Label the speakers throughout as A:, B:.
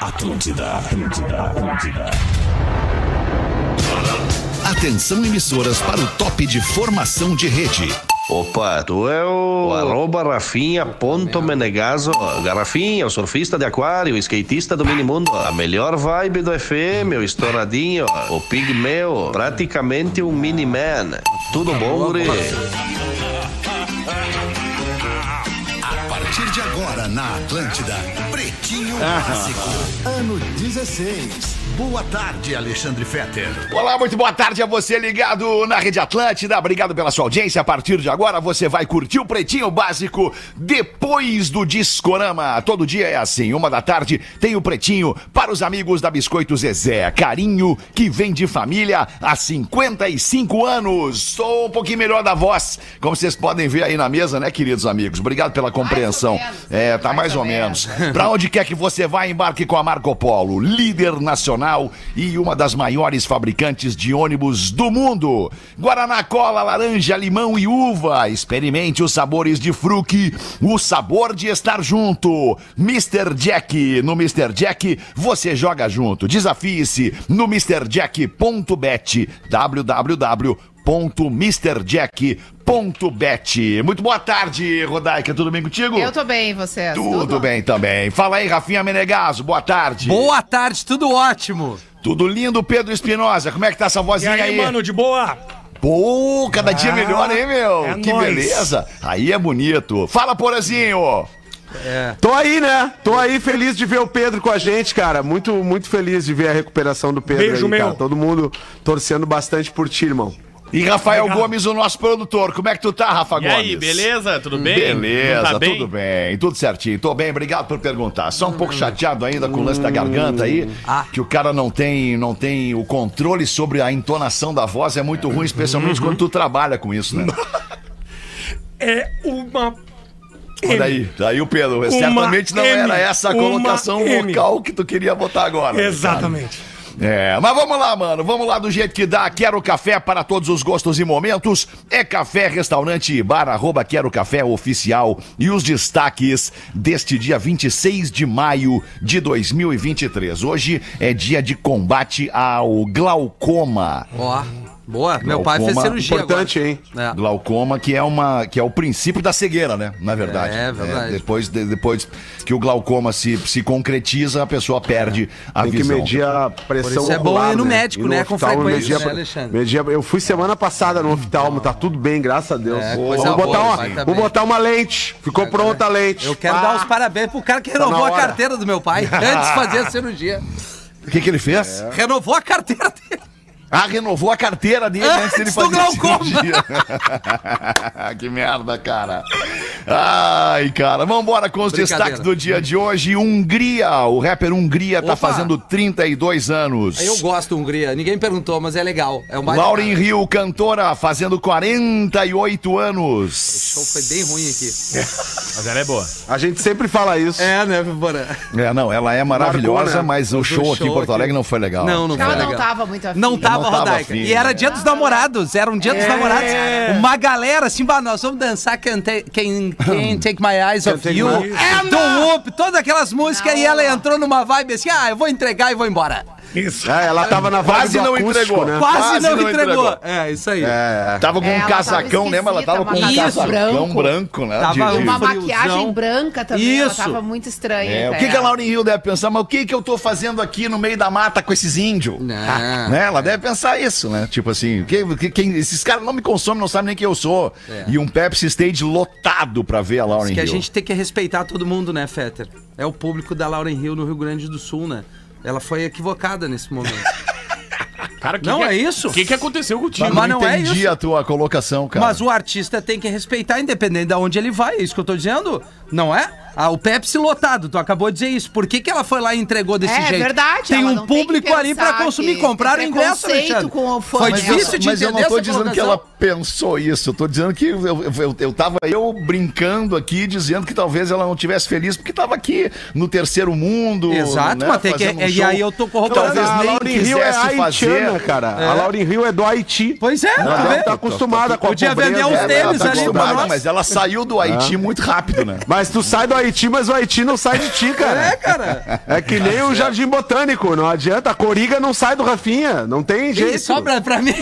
A: Atlântida, Atlântida, Atlântida.
B: Atenção emissoras para o top de formação de rede.
C: Opa, tu é o, o arroba Rafinha ponto Menegaso. Garrafinha, o surfista de aquário, o skatista do minimundo. A melhor vibe do FM, o estouradinho, o pigmeu, praticamente um mini-man. Tudo bom, guri?
B: A partir de agora na Atlântida, Pretinho Básico, ano 16. Boa tarde, Alexandre Fetter.
D: Olá, muito boa tarde a você ligado na Rede Atlântida. Obrigado pela sua audiência. A partir de agora você vai curtir o Pretinho Básico depois do Discorama. Todo dia é assim, uma da tarde tem o Pretinho para os amigos da Biscoito Zezé. Carinho que vem de família há 55 anos. Sou um pouquinho melhor da voz, como vocês podem ver aí na mesa, né, queridos amigos? Obrigado pela compreensão.
E: menos.
D: É, tá mais,
E: Mais
D: ou,
E: ou
D: menos. Pra onde quer que você vá, embarque com a Marco Polo, líder nacional e uma das maiores fabricantes de ônibus do mundo. Guaraná, cola, laranja, limão e uva. Experimente os sabores de fruque, o sabor de estar junto. Mr. Jack, no Mr. Jack você joga junto. Desafie-se no mrjack.bet. www.mrjack.bet. Muito boa tarde, Rodaica. Tudo bem contigo?
E: Eu tô bem, vocês?
D: Tudo, bem também. Fala aí, Rafinha Menegaso, boa tarde.
F: Boa tarde, tudo ótimo.
D: Tudo lindo, Pedro Espinosa. Como é que tá essa
G: E
D: vozinha
G: aí,
D: aí?
G: mano, de boa?
D: Pô, cada dia
G: Ah,
D: melhor, hein, meu?
G: é
D: que
G: nóis.
D: beleza. Aí é bonito. Fala, Porazinho.
H: Tô aí, né? Tô aí feliz de ver o Pedro com a gente, cara. Muito, muito feliz de ver a recuperação do Pedro
G: Beijo,
H: aí, cara.
G: meu.
H: Todo mundo torcendo bastante por ti, irmão.
D: E Rafael
G: Obrigado.
D: Gomes, o nosso produtor. Como é que tu tá, Rafa
I: E
D: Gomes?
I: aí, beleza? Tudo
F: Hum,
I: bem?
D: Beleza,
I: Não tá
D: tudo bem, tudo certinho. Tô bem, obrigado por perguntar. Só um pouco chateado ainda com o lance da garganta aí, que o cara não tem, não tem o controle sobre a entonação da voz, é muito ruim, especialmente quando tu trabalha com isso, né?
G: É uma.
D: Mas daí, daí o Pedro, certamente não
G: M,
D: era essa a
G: uma
D: colocação
G: M.
D: vocal que tu queria botar agora. né,
G: Exatamente.
D: É, mas vamos lá, mano. Vamos lá do jeito que dá. Quero café para todos os gostos e momentos. É café, restaurante e bar, arroba Quero Café Oficial. E os destaques deste dia 26 de maio de 2023. Hoje é dia de combate ao glaucoma.
F: Ó, boa. Meu pai fez
D: Glaucoma
F: cirurgia
H: Importante,
F: agora.
H: hein?
F: É.
D: Glaucoma, que é uma que é o princípio da cegueira, né? Na verdade.
F: É, verdade.
D: depois, de- depois que o glaucoma se, se concretiza, a pessoa perde a
H: Tem que
D: visão.
H: medir a pressão.
F: Por isso é bom
H: ocular,
F: ir no médico,
H: E
F: né? Com
H: oftalmo,
F: frequência,
H: medir a-
F: né, Alexandre?
H: medir a- eu fui semana passada no oftalmo, tá tudo bem, graças a Deus.
F: É,
H: vou
F: coisa
H: botar,
F: boa,
H: uma,
F: vai tá
H: vou
F: bem.
H: botar uma lente. Ficou pronta a lente.
F: Eu quero
H: Ah,
F: dar os parabéns pro cara que renovou
H: na
F: a
H: hora.
F: carteira do meu pai antes de fazer a cirurgia.
D: O que, que ele fez?
H: É.
F: Renovou a carteira dele.
D: Ah, renovou a carteira dele né? antes, dele
F: Antes do
D: fazer a
F: glaucoma.
D: cirurgia. que merda, cara. Ai, cara. Vambora com os
F: Brincadeira.
D: destaques do dia de hoje. Hungria. O rapper Hungria tá
F: Opa.
D: fazendo 32 anos.
F: Eu gosto da Hungria. Ninguém perguntou, mas é legal. É um baita
D: Lauren
F: cara.
D: Rio, cantora, fazendo 48 anos.
F: O show foi bem ruim aqui.
I: Mas ela é boa.
H: A gente sempre fala isso.
F: É, né, Bora?
D: É, não, ela é maravilhosa,
H: Marcou, né?
D: mas o
F: Mas o
D: show aqui em
F: show
D: Porto
F: aqui-
D: Alegre não foi legal.
F: Não, não
E: Ela
F: foi
E: não
F: legal.
E: tava muito afim.
F: Não tava,
D: não tava
F: Rodaica.
D: afim,
F: E era
D: né?
F: dia dos namorados, era um dia dos namorados. Uma galera assim, bah, nós vamos dançar Can't Take, Can't- Can't Take My Eyes Off
H: Take
F: You,
H: My Eyes.
F: Don't Whoop, todas aquelas músicas. E ela entrou numa vibe assim, ah, eu vou entregar e vou embora.
G: Isso.
H: É, ela tava na vibe
D: Quase
H: do
D: não
H: acústico,
D: entregou.
H: né?
F: Quase,
D: Quase
F: não,
D: não
F: entregou.
D: entregou.
F: É, isso aí.
D: Tava com
E: É,
D: um
E: ela tava
D: casacão, lembra? Ela tava com um
E: esquisita, uma
D: casacão branco,
E: casacão
D: né?
F: Tava um
E: Uma
F: Friozão.
E: maquiagem branca também, ela
F: Isso.
E: tava muito estranha.
D: É, o
E: tá?
D: que, que a Lauren Hill deve pensar? Mas o que, que eu tô fazendo aqui no meio da mata com esses índios?
F: Não.
D: Né? Ela deve pensar isso, né? Tipo assim, que, que- quem- esses caras não me consomem, não sabem nem quem eu sou.
F: É.
D: E um Pepsi Stage lotado pra ver a Lauren
F: que a
D: Hill.
F: gente tem que respeitar todo mundo, né, Fetter? É o público da Lauren Hill no Rio Grande do Sul, né? Ela foi equivocada nesse momento.
I: Cara, que
F: Não,
I: que
F: é isso.
I: O que, que aconteceu contigo?
D: Mas
F: Mas
D: não
F: não é
D: entendi
F: isso.
D: a tua colocação, cara.
F: Mas o artista tem que respeitar, independente de onde ele vai, é isso que eu tô dizendo, não é? Ah, o Pepsi lotado, tu acabou de dizer isso. Por que, que ela foi lá e entregou desse
E: É,
F: jeito?
E: verdade,
F: Tem
E: ela
F: um
E: não tem que
F: público ali pra
E: pensar
F: consumir,
E: que
F: comprar o
E: tem
F: ingresso,
E: preconceito
F: Alexandre.
E: com o fã
F: Foi
E: dela.
F: É difícil de
D: Mas eu
F: entender
D: não tô
F: essa
D: dizendo que ela
F: colocação.
D: pensou isso, eu tô dizendo que eu, eu, eu- eu tava eu brincando aqui, dizendo que talvez ela não tivesse feliz, porque tava aqui no terceiro mundo.
F: Exato,
D: né,
F: mas tem que-
D: fazendo
F: é, e
D: show.
F: aí eu tô corroborando
D: Talvez
F: isso.
H: a
D: nem
H: Lauren Hill é
D: quisesse
H: haitiana,
D: fazer.
H: cara. A Lauren Hill é do Haiti.
F: Pois é,
H: Ela
F: tá
H: deve
F: vendo?
H: tá acostumada com a
F: Podia
H: pobreza.
F: vender uns
D: É,
H: né? Ela
F: tênis
D: tá
F: ali pra
D: acostumada,
F: nós.
D: Mas ela saiu do Haiti muito rápido, né?
H: Mas tu sai do Haiti, mas o Haiti não sai de ti, cara.
F: É, cara.
H: É que nem o Jardim Botânico, não adianta. A Coriga não sai do Rafinha, não tem
F: Ih,
H: jeito.
F: sobra pra mim.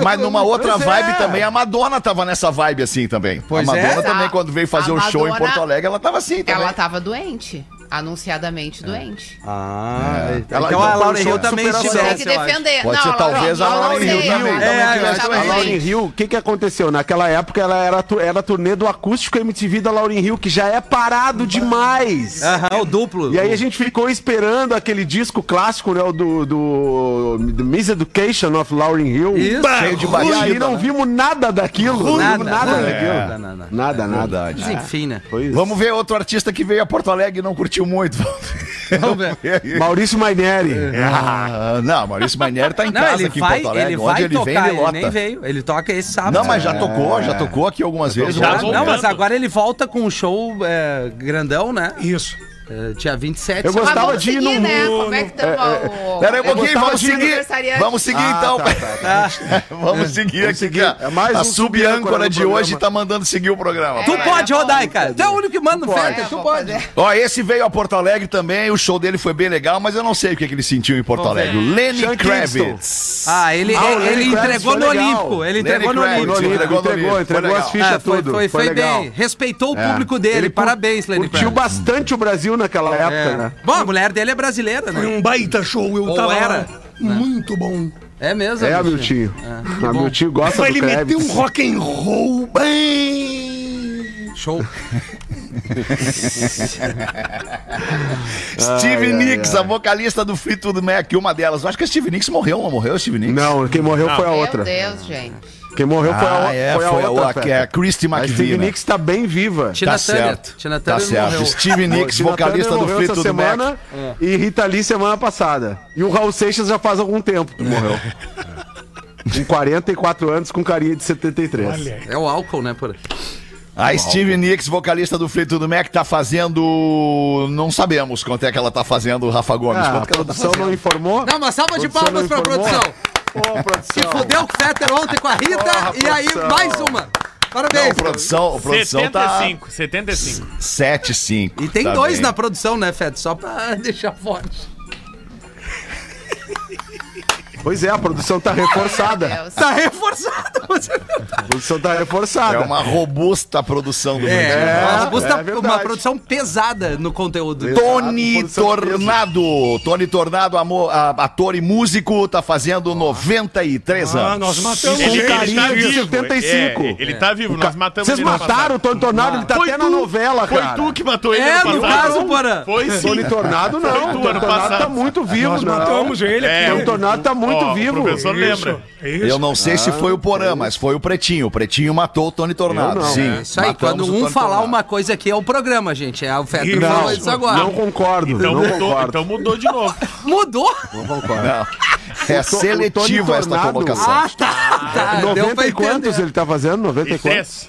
D: Mas numa outra
H: Pois é.
D: vibe também, a Madonna tava nessa vibe assim também.
F: Pois
D: a
F: é.
D: Madonna também,
E: A-
D: quando veio fazer
E: a
D: o show em
E: Madonna-
D: Porto Alegre, ela tava assim também.
F: tá
D: É.
E: Ela tava doente. Anunciadamente doente.
F: Ah,
H: Ela-
F: então a
H: então
F: Laura
H: foi um
F: Hill
H: show de
F: também
E: Tem
H: superação.
F: estivesse,
E: que
F: eu acho.
E: defender.
D: Pode
E: não,
D: ser,
E: ela-
D: talvez, a
E: eu não
D: Laura
E: sei,
D: Hill
E: ela
D: também.
E: tava
F: É, eu acho
E: tava
F: que
H: A
F: ela-
E: doente.
H: Lauren Hill, o que que aconteceu? Naquela época ela era, tu- era turnê do acústico MTV da Lauren Hill, que já é parado demais.
F: Aham, o duplo.
H: E aí a gente ficou esperando aquele disco clássico, né? O do, do, do Miseducation of Lauryn Hill.
F: Isso.
D: Cheio de
H: E
D: batida.
H: aí não
D: né?
H: vimos nada daquilo.
F: Nada,
H: nada,
F: nada,
H: daquilo.
F: nada, nada.
H: Nada, nada.
D: É Verdade.
F: Mas enfim, né?
H: Foi isso.
D: Vamos ver outro artista que veio a Porto Alegre e não curtiu muito.
F: Vamos ver.
H: Maurício Mainieri.
G: É.
D: Ah, não, Maurício Manieri tá em
F: Não,
D: casa
F: ele
D: aqui em
F: vai,
D: Porto Alegre.
F: ele
D: Onde
F: vai
D: ele
F: tocar,
D: vem, ele
F: ele
D: lota.
F: nem veio. Ele toca esse sábado.
D: Não, mas já tocou,
H: É.
D: já tocou aqui algumas vezes.
I: Já
D: outras
I: tocou.
F: Não, mas
I: voltando.
F: agora ele volta com um show é, grandão, né?
G: Isso.
F: É, dia 27.
H: Eu
E: Mas
H: gostava
E: vamos
H: de ir
E: seguir,
H: no
E: né? Como é que tá o...
D: Pera aí um
E: como é que
D: pouquinho,
E: tá o
D: vamos seguir.
E: aniversariante?
D: Vamos seguir
H: Ah,
D: então.
H: tá,
D: vamos seguir aqui.
H: seguir.
D: cara.
H: É mais
D: a
H: um
D: sub-âncora
H: sub-âncora
D: de
H: do
D: hoje
H: programa.
D: tá mandando seguir o programa.
F: Tu
E: É,
F: pode,
E: é bom.
F: Rodai, cara. Tu é o único que manda no
E: É,
F: Feta, tu
H: Ah,
E: vou
F: pode.
E: fazer.
D: Ó, esse veio a Porto Alegre também, o show dele foi bem legal, mas eu não sei o que, que ele sentiu em Porto
F: Vamos ver.
D: Alegre. Lenny
H: Sean
D: Kravitz.
F: Ah, ele,
H: Ah, o
F: ele,
H: Lenny
F: ele
H: Kravitz
F: entregou
H: foi
F: no
H: legal.
F: Olímpico. Ele
D: Lenny
F: entregou no
D: Kravitz,
F: Olímpico.
D: ele
H: Entregou, entregou, entregou
D: Foi
H: as
D: legal.
H: fichas
F: É, foi,
H: tudo.
F: foi, foi
H: legal.
F: bem. Respeitou o
D: É.
F: público dele.
H: Ele
F: Parabéns, Lenny
H: Curtiu
F: Kravitz.
H: bastante o Brasil naquela época, né?
F: É. Bom, a mulher dele é brasileira,
G: Foi
F: né?
G: um baita show, eu
F: Ou
G: tava
F: era, né?
G: lá. Muito bom.
F: É mesmo.
H: É,
F: Agostinho.
H: Amiltinho.
F: que
H: A
F: bom.
H: Amiltinho gosta
G: Mas
H: do
G: ele meteu um
H: Krebs.
G: rock and roll bem...
F: Show.
H: Tá
D: Steve Nicks, a vocalista do Fleetwood Mac, uma delas. Eu acho que a Steve Nicks morreu, não morreu, Steve Nicks?
H: Não, quem morreu foi a outra.
E: Meu Deus, gente.
H: Quem morreu foi a,
D: Ah, é,
H: foi a
D: foi a
H: outra.
D: outra,
H: Feta.
D: que é a Christy
H: A
D: McVie,
H: Steve
D: né?
H: Nicks tá bem viva.
F: Tina
D: tá
F: Turner.
D: certo.
F: Tina
D: tá
F: Turner
D: certo.
F: morreu.
D: Steve Nicks,
H: Tina
D: vocalista
H: Turner
D: do
H: morreu essa
D: Fleetwood Mac.
H: semana e Rita Lee semana passada. E o Raul Seixas já faz algum tempo que morreu.
I: É.
H: Com 44 anos, com carinha de 73.
F: É o álcool, né? Por...
D: A Steve Nicks, vocalista do Fleetwood Mac, tá fazendo... Não sabemos quanto é que ela tá fazendo, o Rafa Gomes.
H: Ah, a
D: quanto que ela tá
H: produção não informou?
F: Não, uma salva de
H: Produção
F: palmas
H: não
F: pra
H: informou?
F: produção.
H: Ô,
F: Que
H: produção.
F: fudeu com o Fetter ontem com a Rita.
H: Porra,
F: e aí,
H: produção.
F: mais uma. Parabéns.
D: Não, produção, a produção
I: 75, 75.
D: tá 7,5.
F: E tem
D: tá
F: dois
D: bem.
F: na produção, né, Fetter? Só pra deixar forte.
H: Pois é, a produção tá
E: Meu
H: reforçada.
E: Deus.
F: Tá reforçado. Você...
H: A produção tá reforçada.
D: É uma robusta produção do
F: É,
D: Bandinho.
F: uma, robusta-
H: é
F: uma
H: verdade.
F: produção pesada no conteúdo.
D: Tony
H: Exato, produção de
D: Tornado. Tony Tornado, amor, a- ator e músico, tá fazendo 93
G: Ah,
D: anos.
G: nós matamos
H: Ele-
G: ele.
H: ele- um tá carinha de 75.
I: tá é, ele tá vivo,
H: O ca-
I: nós matamos
H: Vocês
I: ele no
H: mataram o
I: passado.
H: Tony Tornado, ele tá
I: Foi
H: até
I: tu-
H: na novela,
I: Foi
H: cara.
I: tu que matou ele
F: É,
I: ano
F: no
I: passado.
F: caso, Porã.
I: Foi sim.
H: Tony Tornado não,
I: Foi tu
H: o
I: ano
H: Tony Tornado
I: passado.
H: tá muito vivo,
G: Nós
H: não.
G: matamos ele
I: É,
G: aqui.
H: O Tornado tá muito
I: Ó,
H: vivo.
I: O professor
G: Isso,
I: lembra.
G: Isso.
D: Eu não sei se foi o Porã, mas foi o Pretinho. O Pretinho matou o Tony Tornado.
H: Ah, Eu não.
D: Sim.
H: É
F: Isso aí,
D: matamos
F: quando
D: o
F: um
D: Tony
F: falar
D: Tornado.
F: uma coisa aqui é o programa, gente. É o Fetter
G: Não,
F: falou isso agora.
H: Não concordo,
I: Então
H: não
I: mudou,
H: concordo.
I: então mudou de novo.
F: Mudou?
H: Não concordo.
D: Não. É
H: To- o Tony
D: seletiva esta
H: Tornado-
D: colocação.
F: Ah, tá. tá. Deu
H: 90
F: pra
H: e quantos
F: entender.
H: ele tá fazendo? 90 e
I: E
H: quantos?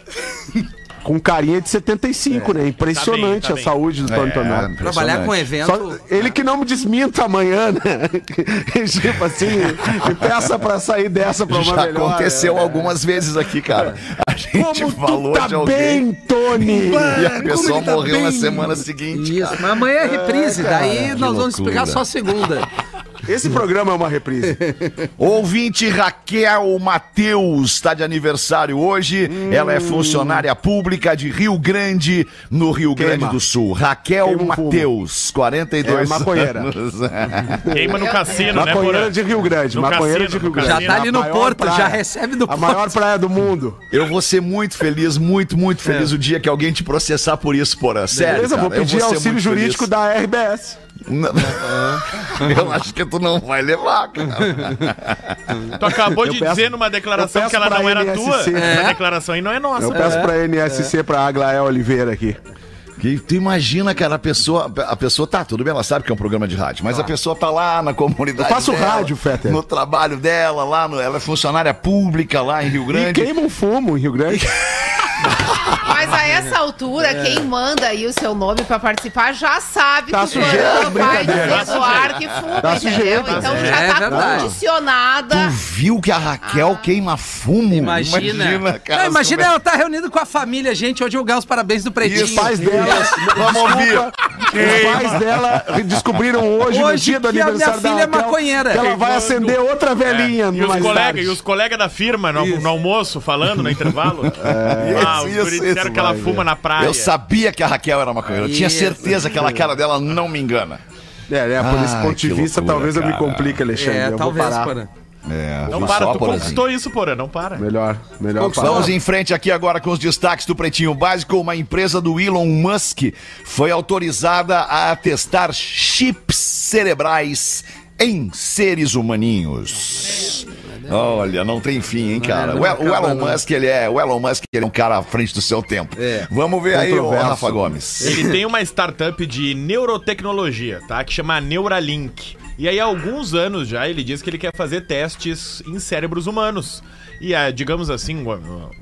I: três.
H: Com carinha de 75, né? Impressionante
I: Tá bem, tá
H: a
I: bem.
H: saúde do Tony
D: É,
H: Tornado.
F: Trabalhar com É, evento. é.
H: Só- ele que não me desminta amanhã, né? tipo assim, me peça pra sair dessa pra uma
D: Já
H: melhor.
D: aconteceu
H: né?
D: algumas vezes aqui, cara. A gente
H: Como
D: falou
H: tu tá
D: de alguém
H: bem, Tony!
D: e a pessoa
G: ele tá
D: morreu na
G: bem.
D: semana seguinte.
F: Isso, mas amanhã é reprise, daí nós vamos explicar só segunda.
H: Esse programa é uma reprise.
D: Ouvinte Raquel Mateus está de aniversário hoje. Ela
H: Hum.
D: é funcionária pública de Rio Grande, no Rio
H: Queima.
D: Grande do Sul. Raquel
H: Queima um
D: Mateus, 42
H: É, maconheira.
D: anos.
I: Queima no cassino, né,
H: Maconheira
I: Porã?
H: de Rio Grande,
I: No
H: maconheira de
I: cassino,
H: Rio
I: no
H: Grande.
I: cassino.
F: Já tá ali
H: A
F: no
H: maior
F: porto,
H: praia.
F: já recebe do
H: A
F: porto.
H: maior praia do mundo.
D: Eu vou ser muito feliz, muito, muito feliz o dia que alguém te processar por isso, porra. Sério,
H: É. Beleza?
D: cara,
H: Vou
D: eu
H: pedir
D: ser
H: auxílio
D: muito
H: jurídico
D: feliz.
H: da RBS.
D: Não. Eu acho que tu não vai levar, cara.
I: Tu acabou de
H: Eu peço-
I: dizer numa declaração
H: eu peço
I: que ela
H: pra
I: não era
H: NSC.
I: tua.
F: É.
I: Essa declaração aí não é nossa.
H: né? Eu peço pra NSC, pra Aglaé Oliveira aqui.
D: Que tu imagina, cara, a pessoa, a pessoa tá, tudo bem, ela sabe que é um programa de rádio, mas a pessoa tá lá na comunidade.
H: Eu faço
D: dela,
H: rádio, Fetter.
D: No trabalho dela, lá no, ela é funcionária pública lá em Rio
H: E
D: Grande.
H: queima um fumo em Rio Grande.
E: Mas a
D: É.
E: essa altura, quem manda aí o seu nome pra participar já sabe
H: Tá
E: que o
H: sujeito às
E: programa vai
H: brincadeiras.
E: dizer do ar que fume,
H: Tá
E: entendeu?
H: sujeito,
E: Então
F: tá
E: já
F: sujeito.
E: tá
F: É verdade.
E: condicionada.
D: Tu viu que a
H: Ah.
D: Raquel queima fumo?
F: Imagina.
D: cara, é
F: Não, imagina ela tá reunida com a família, gente. Hoje eu ganhar os parabéns do Pretinho.
H: Os pais dela.
D: Vamos ouvir.
H: Os pais dela descobriram hoje, no
F: Hoje
H: dia do
F: que a minha
H: aniversário da
F: filha é
H: Raquel,
F: maconheira.
H: Que ela vai
I: Queimando.
H: acender outra velhinha
I: E os
H: mais
I: colegas
H: tarde.
I: e os colega da firma no, no almoço falando no intervalo. ah,
D: É.
I: os
D: Isso,
I: guris
D: isso,
I: disseram
D: isso,
I: que ela
D: vai,
I: fuma na praia.
D: Eu sabia que a Raquel era maconheira. Eu tinha
F: Isso.
D: certeza que aquela cara dela não me engana.
H: É, né, por esse
D: Ai,
H: ponto de
D: que
H: vista,
D: loucura,
H: talvez eu me
D: cara.
H: complique, Alexandre.
F: É,
H: eu
F: talvez,
H: vou parar.
F: Porã.
D: É,
I: Não
D: ouvi
I: para,
D: só,
I: tu
D: Porazinho.
I: conquistou isso, Porã, não para.
H: Melhor, melhor parar.
D: Vamos em frente aqui agora com os destaques do Pretinho Básico. Uma empresa do Elon Musk foi autorizada a testar chips cerebrais em seres humaninhos. Olha, não tem fim, hein, cara. O, El- o Elon Musk, ele é, o Elon Musk, ele é um cara à frente do seu tempo. Vamos ver aí o
H: Controverso.
D: Rafa Gomes.
I: Ele tem uma startup de neurotecnologia, tá? Que chama Neuralink. E aí, há alguns anos já, ele diz que ele quer fazer testes em cérebros humanos. E, a, digamos assim,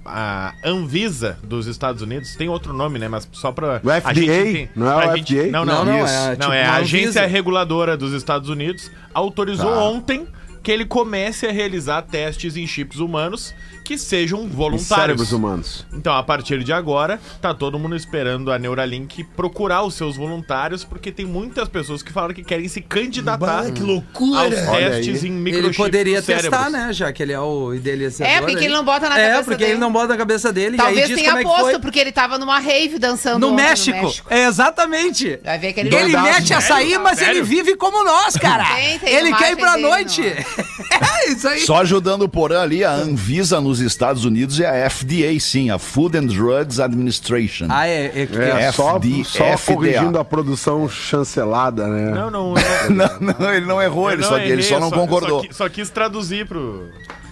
I: a Anvisa dos Estados Unidos tem outro nome, né? Mas só pra.
H: O
I: a gente
H: FDA?
I: entende-
H: Não é o
I: a gente-
H: FDA?
I: Não, não,
F: Não, não,
I: Isso.
F: é
I: não. É,
F: tipo
I: a
F: uma
I: Agência
F: Anvisa.
I: Reguladora dos Estados Unidos autorizou
H: Tá.
I: ontem que ele comece a realizar testes em chips humanos que sejam
H: Em
I: voluntários.
H: cérebros humanos.
I: Então, a partir de agora, tá todo mundo esperando a Neuralink procurar os seus voluntários, porque tem muitas pessoas que falaram que querem se candidatar
G: Bah, que
I: aos
G: loucura!
H: Olha
I: testes em microchips
F: Ele poderia
I: nos cérebros.
F: testar, né? Já que ele é o idealizador.
E: É, porque
F: aí.
E: ele não bota na
F: É,
E: cabeça
F: porque
E: dele.
F: ele não bota na cabeça dele. e aí
E: Talvez
F: diz
E: tenha
F: como é que
E: aposto,
F: foi.
E: porque ele tava numa rave dançando
F: No
E: ontem
F: México. É, exatamente.
E: Vai ver que É, ele
F: Ele,
E: não- tá.
F: mete a sair, mas
I: Sério?
F: ele vive como nós, cara.
E: Tem, tem
F: ele quer ir
E: imagem
F: pra
E: dele,
F: noite. é isso aí.
D: Só ajudando o Porã ali, a Anvisa nos Estados Unidos é a FDA, sim, a Food and Drugs Administration.
F: Ah, é. é, que-
H: É, só,
D: FD,
H: só
D: FDA.
H: corrigindo a produção chancelada, né?
I: Não, não, não.
D: Não, não, ele não errou, ele,
I: Eu
D: só, ele
I: errei,
D: só
I: eu
D: não concordou.
I: Só, qui- só quis traduzir pro.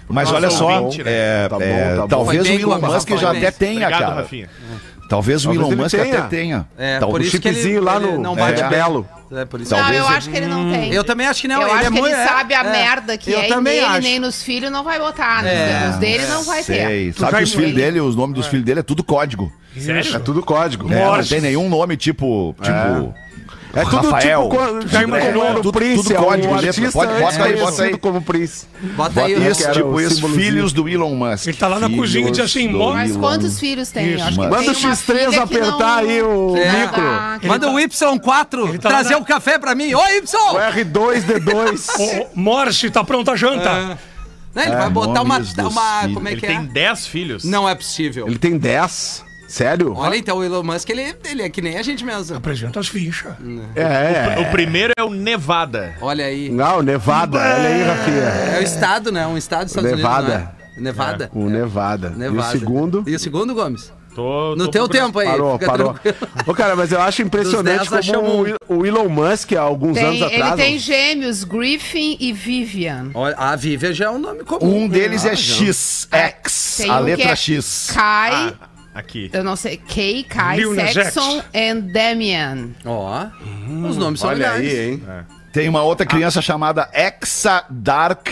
D: Mas
I: Nossa,
D: olha só,
I: ouvinte, né?
D: é,
H: Tá bom,
D: é,
H: tá bom.
D: talvez o
F: Foi bem,
D: Elon
F: Guga,
D: Musk
F: Rafa,
D: já
F: foi
D: até
F: bem.
D: tenha,
I: Obrigado,
D: cara.
I: Rafinha.
D: Talvez o
H: Talvez
D: Elon
H: ele
D: Musk
H: tenha.
D: até tenha.
F: É,
D: Tal-
F: por
H: O
F: isso que ele-
H: chipzinho lá
F: ele
H: no
F: não
H: Monte
F: bate bem.
H: Belo.
F: É, por isso
E: Não,
D: Talvez
E: eu
D: ele-
E: acho que ele não tem.
F: Hum, Eu também acho que não.
E: eu acho
F: é
E: que ele
F: muito- é,
E: sabe a
F: é.
E: merda que
F: eu
E: é. E
F: também
E: nele,
F: acho. É.
E: nem nos filhos não vai botar. Nos filhos dele não vai
D: Sei.
E: ter.
D: Sabe que os filhos dele, os nomes dos filhos dele é tudo código.
H: É
I: Sério?
H: tudo código.
D: É, não tem nenhum nome tipo. tipo
H: É tudo
D: Rafael,
H: tipo quando-
D: Jair
H: como
D: Manoel,
H: era o
D: tudo-
H: Prince,
D: tudo
H: é
D: código,
H: um
D: letra.
H: artista
D: Pode- bota
H: antes
D: aí, bota aí.
H: conhecido como Prince.
F: Bota aí,
H: né,
D: isso,
H: que era
D: tipo
H: o
D: isso,
H: símbolozinho.
D: filhos do Elon Musk.
G: Ele tá lá na cozinha e diz assim,
D: Filhos
G: "Mó-
D: do
E: Mas
D: Elon
E: quantos filhos tem? Eu acho que
H: Manda
E: tem
H: o
E: uma
H: X3
E: filha que não-
H: apertar aí o
E: que não
H: micro.
E: tá- que
F: Manda
E: não
F: o Y4
G: tá
F: trazer
G: na-
F: o café pra mim. Ô, Y!
H: O R2D2.
G: Ô, Morse, tá pronta a
D: É.
G: janta.
F: Né,
H: é,
F: ele vai botar uma.
D: nomes dos
F: uma-
D: filhos.
F: como é
I: Ele
F: que
I: tem
F: é?
I: 10 filhos.
F: Não é possível.
H: Ele tem 10? Sério?
F: Olha, então o Elon Musk, ele, ele é que nem a gente mesmo.
G: Apresenta as fichas.
H: É, é.
I: O primeiro é o Nevada.
F: Olha aí.
H: Não, Nevada. Olha aí, Rafinha.
F: É o Estado, né? Um Estado dos Estados Unidos.
H: Nevada.
F: não é? Nevada.
H: O Nevada.
F: Nevada.
H: E o segundo?
F: E o segundo, Gomes?
I: Tô,
F: No
I: tô
F: teu
I: procurando.
F: tempo aí.
H: Parou,
F: fica
H: parou.
F: tranquilo.
H: Ô, cara, mas eu acho impressionante
F: Dos 10
H: como
F: achamos
H: o o Elon Musk, há alguns
E: Tem-
H: anos
E: ele
H: atrás...
E: tem gêmeos, Griffin e Vivian.
F: Olha, a Vivian já é um nome comum.
D: Um deles
F: Ah,
D: é
F: já.
D: X, X,
E: Tem
D: a
E: um que
D: letra
E: é
D: X.
E: Kai,
I: Ah, aqui.
E: eu não sei, Kay, Kai,
G: Lil Nas X.
E: Saxon and Damian.
F: Ó, os nomes são
H: Olha
F: legais.
H: aí, hein? Ah.
D: Tem uma outra criança chamada Exa Dark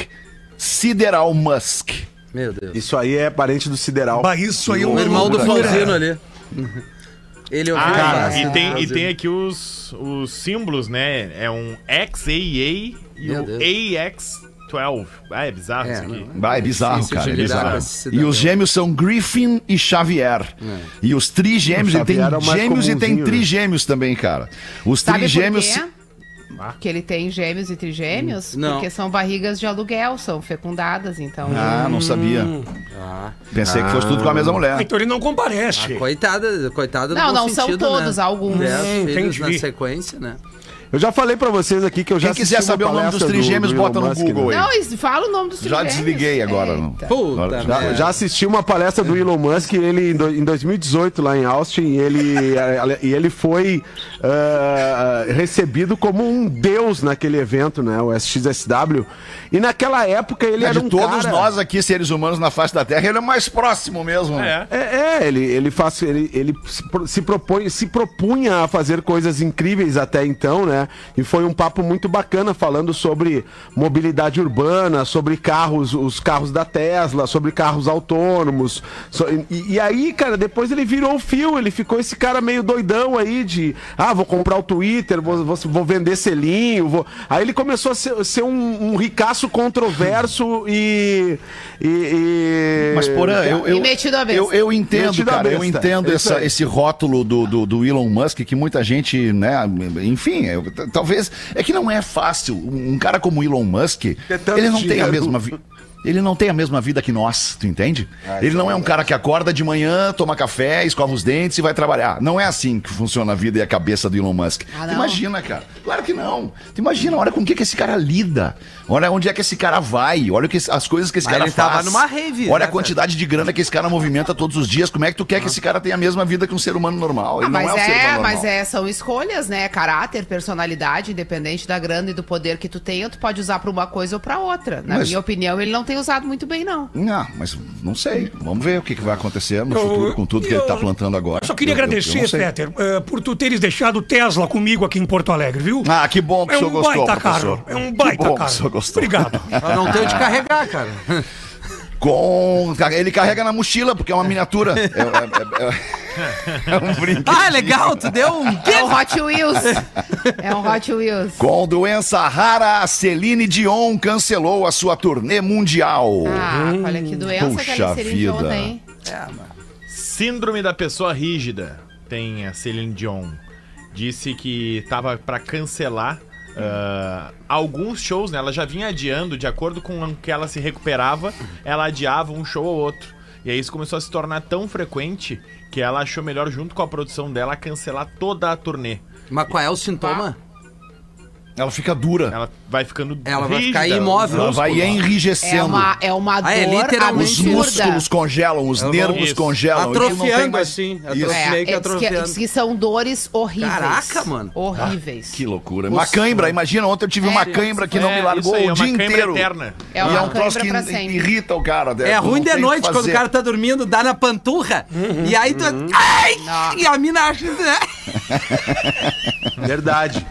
D: Sideral Musk.
F: Meu Deus.
H: Isso aí é parente do Sideral.
G: Bah, isso aí é
F: O
G: uma
F: irmão do
G: loucura.
H: É.
F: Flauzino ali. Ele ouviu
I: Ah,
F: a
I: cara,
F: voz
I: e,
F: do
I: tem, e
F: Flauzino.
I: tem aqui os, os símbolos, né? É um XAEA e
F: Meu
I: o
F: Deus.
I: AX12. Ah, é bizarro
F: É,
I: isso aqui.
F: não.
D: Vai, é bizarro,
F: Difícil
D: cara. É
F: de lidar
D: bizarro.
F: com esse
D: E
F: cidadão.
D: os gêmeos são Griffin e Xavier. E os trigêmeos,
H: É. O
D: ele tem
H: Xavier é o mais
D: gêmeos e tem
H: comumzinho, né?
D: trigêmeos também, cara. Os
E: Sabe
D: trigêmeos.
E: por quê?
D: Ah.
E: Que ele tem gêmeos e
D: Hum,
E: trigêmeos?
F: Não.
E: Porque são barrigas de aluguel, são fecundadas, então.
D: Ah, não sabia.
H: Hum.
D: Ah. Pensei que fosse tudo com a mesma mulher.
G: Então ele não
D: Ah,
G: comparece.
F: Coitada, coitada do
E: Não,
F: bom
E: não, são
F: sentido,
E: todos,
F: né?
E: alguns.
F: Dez
G: Hum,
F: filhos
G: entendi.
F: na sequência, né?
H: Eu já falei pra vocês aqui que eu já
D: Quem quiser
H: assisti uma
D: saber o nome dos
H: palestra do-
D: trigêmeos,
H: do
D: bota no
H: Elon Musk,
D: Google
H: né?
E: Não, isso- fala o nome dos
D: Já
E: trigêmeos. É.
D: desliguei agora, não.
E: Eita.
F: Puta
D: Já-
H: Eu
F: merda.
H: Tá? Já assisti uma palestra do Elon Musk ele, em do- em 2018 lá em Austin e ele, eh, e ele foi ah, recebido como um deus naquele evento, né? O SXSW. E naquela época ele
D: É
H: era
D: de
H: um
D: todos
H: cara...
D: nós aqui, seres humanos na face da Terra ele é mais próximo mesmo. né?
I: É.
H: É, é, ele, ele, faz, ele, ele se pro- se, propõe, se propunha a fazer coisas incríveis até então, né? E foi um papo muito bacana falando sobre mobilidade urbana, sobre carros, os carros da Tesla, sobre carros autônomos. So- e, e aí, cara, depois ele virou o fio, ele ficou esse cara meio doidão aí de, ah, vou comprar o Twitter, vou, vou, vou vender selinho. vou-" Aí ele começou a ser, ser um, um ricaço controverso e. e- e-
D: Mas, Porã, eu, eu,
E: E metido à besta.
D: eu, eu entendo,
H: Metido à
D: cara, eu
H: besta.
D: entendo
H: É isso
D: essa-
H: aí.
D: esse rótulo do, do, do Elon Musk que muita gente, né, enfim, eu- t- talvez, é que não é fácil, um um cara como Elon Musk,
H: É tanto
D: ele não tem a
H: dinheiro.
D: mesma vida. Ele não tem a mesma vida que nós, tu entende?
H: Ah, então
D: ele não é um cara que acorda de manhã, toma café, escova os dentes e vai trabalhar. Não é assim que funciona a vida e a cabeça do Elon Musk.
E: Ah,
D: Tu
E: não?
D: Imagina, cara. Claro que não. Tu imagina, olha com o que, que esse cara lida. Olha onde é que esse cara vai. Olha o que, esse- as coisas que esse
F: Mas
D: cara
F: ele
D: faz.
F: tava numa rave,
D: Olha
F: né,
D: a quantidade de grana que esse cara movimenta todos os dias. Como é que tu quer que esse cara tenha a mesma vida que um ser humano normal? Ele
E: Ah,
D: não é
E: mas
D: um ser
E: é,
D: humano normal.
E: mas é, são escolhas, né? Caráter, personalidade, independente da grana e do poder que tu tenha, tu pode usar pra uma coisa ou pra outra. Na
D: Mas-
E: minha opinião, ele não tem usado muito bem, não.
D: Não, Ah, mas não sei. Vamos ver o que, que vai acontecer no
G: Eu-
D: futuro com tudo que ele tá
G: eu-
D: plantando agora.
G: Só queria
D: Eu- eu- eu
G: agradecer,
D: não sei.
G: Peter, eh, por tu teres deixado o Tesla comigo aqui em Porto Alegre, viu?
D: Ah, que bom que
G: é
D: o senhor
G: um
D: gostou,
G: baita
D: professor.
G: carro. É um
D: Que
G: baita
D: bom que o
G: carro.
D: senhor gostou.
G: Obrigado.
F: Eu não
D: Ah.
F: tenho de carregar, cara.
D: Com... Ele carrega na mochila, porque é uma miniatura. É, é- é- é- é um brinquedo.
F: Ah, legal, tu deu um.
E: É um Hot Wheels. É um Hot Wheels.
D: Com doença rara, a Celine Dion cancelou a sua turnê mundial.
E: Ah, olha que doença que
D: Hum, Puxa
E: a Celine Dion
D: vida.
E: tem.
I: Síndrome da pessoa rígida. Tem a Celine Dion. Disse que tava pra cancelar ah, alguns shows, né? Ela já vinha adiando, de acordo com o que ela se recuperava, ela adiava um show ou outro. E aí isso começou a se tornar tão frequente que ela achou melhor, junto com a produção dela, cancelar toda a turnê.
F: Mas qual é o sintoma?
D: Ah. Ela fica dura.
I: Ela vai ficando
F: Ela vai ficar
I: rígida,
F: imóvel.
D: Ela
I: os
D: vai
E: É
D: enrijecendo.
E: uma, é uma dor
F: Ah, é literalmente
D: Os
E: absurda.
D: músculos congelam, os
F: Ela vai-
D: nervos
I: Isso.
D: congelam. ele não tem
F: Atrofiando,
D: mais-
F: assim,
D: Isso.
F: atro-
E: É,
F: Meio que
E: é, diz que,
F: atrofiando.
E: diz que são dores horríveis.
F: Caraca, mano.
E: Horríveis.
D: Ah, Que loucura. Uma cãibra, imagina, ontem eu tive uma cãibra que não
I: É,
D: me largou
I: isso aí, é
D: o
I: uma
D: dia
I: cãibra
D: inteiro.
I: eterna.
D: e
E: É
D: é
E: uma
D: um troço
E: cãibra
D: que
E: pra
D: in-
E: sempre.
D: irrita o cara. né?
F: É
D: Tu não
F: ruim
D: tem
F: de
D: que
F: noite quando o
D: fazer. Uhum.
F: cara tá dormindo, dá na panturra. E aí tu. Ai! E a mina acha. né?
H: Verdade.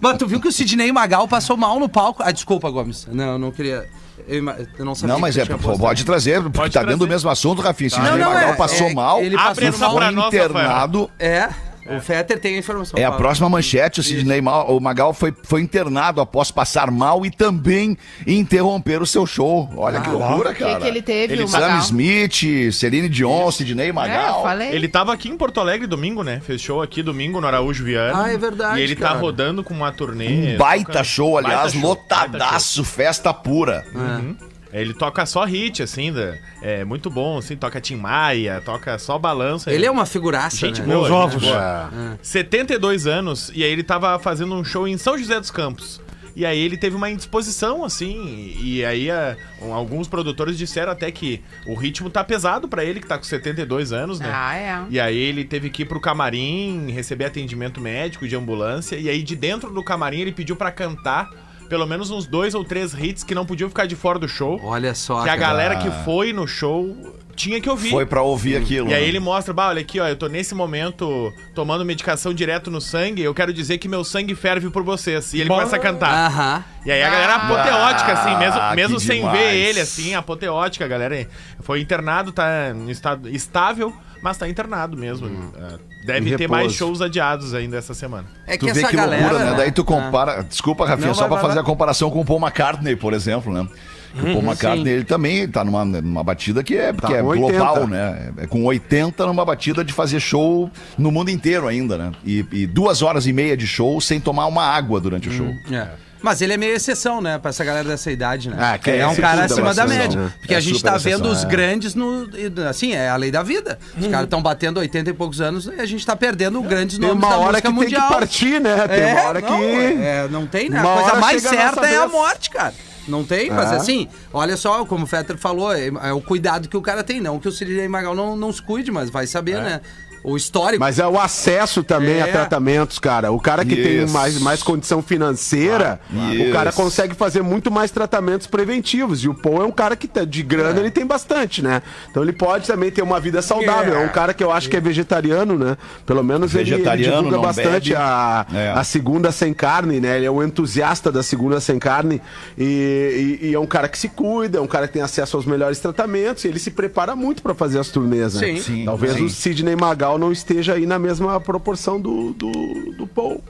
F: Mas tu viu que o Sidney Magal passou mal no palco. Ah, desculpa, Gomes. Não, eu não queria. Eu, ima- eu não sabia.
D: Não, mas
F: que
D: é,
F: tu tinha
D: pô,
F: postado.
D: pode trazer, porque
I: Pode
D: tá dentro do
I: trazer.
D: mesmo assunto, Rafinha. Se
F: Não,
D: o
F: não,
D: Magal
F: é-
D: passou
F: é-
D: mal,
F: ele
I: Abre
F: passou
I: essa
F: mal.
I: pra nós, Rafael.
D: internado.
F: É, o Fetter tem a informação.
D: É a
F: fala.
D: próxima manchete, o Sidney Ma- o Magal foi, foi internado após passar mal e também interromper o seu show. Olha que loucura,
E: O
D: cara.
E: que, que ele teve,
I: Ele
E: o
D: Sam
E: Magal?
D: Smith, Celine Dion, Sidney
E: É, eu
D: Magal.
E: falei.
I: Ele tava aqui em Porto Alegre domingo, né? Fez show aqui domingo no Araújo Viana.
F: Ah, é verdade,
I: E ele
F: cara.
I: tá rodando com uma turnê.
D: um baita
I: tocando-
D: show, aliás,
I: baita show, baita show.
D: lotadaço, festa pura.
I: Uhum. Ele toca só hit, assim, da- é muito bom, assim, toca Tim Maia, toca só balança.
F: Ele é uma figuraça.
I: Gente
F: né?
I: boa.
G: Meus
I: gente
G: ovos.
I: boa.
F: É.
I: 72 anos, e aí ele tava fazendo um show em São José dos Campos. E aí ele teve uma indisposição, assim, e aí a- um- alguns produtores disseram até que o ritmo tá pesado pra ele, que tá com 72 anos, né?
E: Ah, é.
I: E aí ele teve que ir pro camarim, receber atendimento médico de ambulância. E aí de dentro do camarim ele pediu pra cantar pelo menos uns dois ou três hits que não podiam ficar de fora do show.
F: Olha só.
I: que a
F: cara.
I: galera que foi no show tinha que ouvir.
D: Foi pra ouvir aquilo.
I: E aí
D: né?
I: ele mostra, bah, olha aqui, ó, eu tô nesse momento tomando medicação direto no sangue, eu quero dizer que meu sangue ferve por vocês. E ele começa a cantar.
F: Aham.
I: E aí a galera apoteótica, assim, mesmo,
D: Ah,
I: mesmo
D: que
I: sem
D: demais.
I: ver ele, assim, apoteótica, a galera foi internado, tá em estado estável, mas tá internado mesmo. Ah, Deve
H: Em
I: ter mais
H: repouso.
I: shows adiados ainda essa semana.
F: É
D: Tu vê que loucura, né? Daí tu compara. Desculpa, Rafinha,
F: Não,
D: só
F: vai,
D: pra
F: vai,
D: fazer
F: vai.
D: a comparação com o Paul McCartney, por exemplo, né? Que O Paul McCartney, ele também tá numa, numa batida que é, que é
H: com
D: global,
H: 80.
D: né? É com 80 numa batida de fazer show no mundo inteiro ainda, né? E, e duas horas e meia de show sem tomar uma água durante o show.
F: É. Mas ele é meio exceção, né? Pra essa galera dessa idade, né?
D: Ah, cara,
F: é um
D: esse tudo
F: cara
D: é
F: acima
D: uma
F: da
D: exceção,
F: média.
D: né?
F: Porque
D: É
F: a gente
D: super
F: tá vendo
D: exceção,
F: os
D: é.
F: grandes no. e, Assim, é a lei da vida. Os caras estão batendo 80 e poucos anos e a gente tá perdendo grandes
H: Tem
F: nomes
H: uma
F: da
H: hora
F: música
H: que tem
F: mundial.
H: que partir, né? Tem
F: É,
H: uma hora
F: não,
H: que.
F: é, não tem, né? A
H: Uma
F: coisa
H: hora
F: mais
H: chega a
F: certa
H: nossa
F: é a
H: vez.
F: morte, cara. Não tem, mas
H: É.
F: assim, olha só, como o Fetter falou, é, é o cuidado que o cara tem, não que o Cirilo Magal não, não se cuide, mas vai saber, né? O histórico.
H: Mas é o acesso também
F: É.
H: a tratamentos, cara. O cara que tem
D: Isso. Ah,
H: mais, mais condição financeira,
D: Isso.
H: o cara consegue fazer muito mais tratamentos preventivos. E o Paul é um cara que tá- de
F: É.
H: grana ele tem bastante, né? Então ele pode também ter uma vida saudável. É um cara que eu acho que é vegetariano, né? Pelo menos ele- ele,
D: Vegetariano,
H: divulga
D: não
H: bastante
D: bebe.
H: a,
D: É.
H: a segunda sem carne, né? Ele é um entusiasta da segunda sem carne e, e- e é um cara que se cuida, é um cara que tem acesso aos melhores tratamentos e ele se prepara muito pra fazer as turnês, né?
F: Sim.
D: Sim,
H: Talvez
D: sim.
H: o Sidney Magal não esteja aí na mesma proporção do, do, do Paul.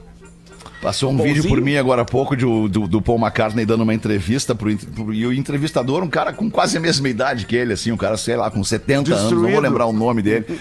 D: Passou um vídeo por mim agora há pouco de o- do, do Paul McCartney dando uma entrevista pro, int- pro- e o entrevistador, um cara com quase a mesma idade que ele, assim, um cara, sei lá, com 70 anos, não vou
H: Destruído.
D: lembrar o nome dele.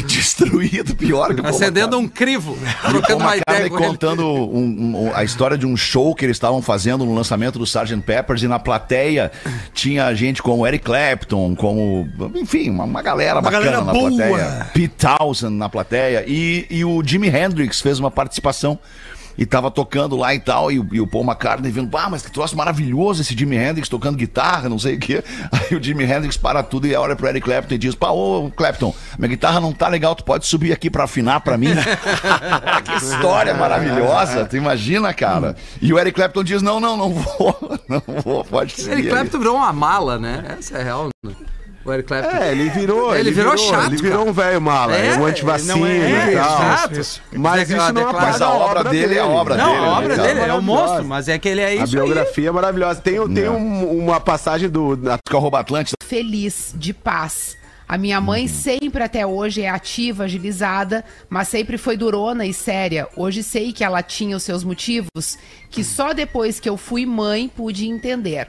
D: Destruído, pior que o Paul
F: Acendendo um crivo, trocando uma ideia
D: McCartney
F: com ele.
D: contando um- um- a história de um show que eles estavam fazendo no lançamento do Sgt. Peppers e na plateia tinha gente como Eric Clapton, como. Enfim, uma, uma galera bacana
G: galera
D: na
G: boa.
D: plateia. Pete Townsend na plateia. E, e o Jimi Hendrix fez uma participação. E tava tocando lá e tal, e, o- e o Paul McCartney vindo, ah, mas que troço maravilhoso esse Jimi Hendrix tocando guitarra, não sei o quê. Aí o Jimi Hendrix para tudo e olha pro Eric Clapton e diz, pá, ô Clapton, minha guitarra não tá legal, tu pode subir aqui pra afinar pra mim? né?" que história maravilhosa, tu imagina, cara. E o Eric Clapton diz, não, não, não vou, não vou, pode seguir.
F: Eric
D: aí."
F: Clapton virou uma mala, né? Essa é a real. né? O Eric Clapton.
H: É, ele virou.
F: Ele virou chato,
H: Ele virou
F: cara.
H: um velho mala,
F: É,
H: um antivacina
F: não é,
H: e tal.
F: exato.
H: Mas
F: Declara-
H: isso não
F: declara-
H: apaga
D: Mas a obra dele é a obra
F: Não,
D: dele,
F: a
D: né,
F: obra dele é um
H: Maravilhosa.
F: monstro, mas é que ele é
H: A
F: isso aí.
H: biografia é maravilhosa. Tem, tem um- uma passagem do. da-
D: Que é o Rouba Atlântida.
E: feliz, de paz. A minha mãe sempre até hoje é ativa, agilizada, mas sempre foi durona e séria. Hoje sei que ela tinha os seus motivos, que só depois que eu fui mãe pude entender.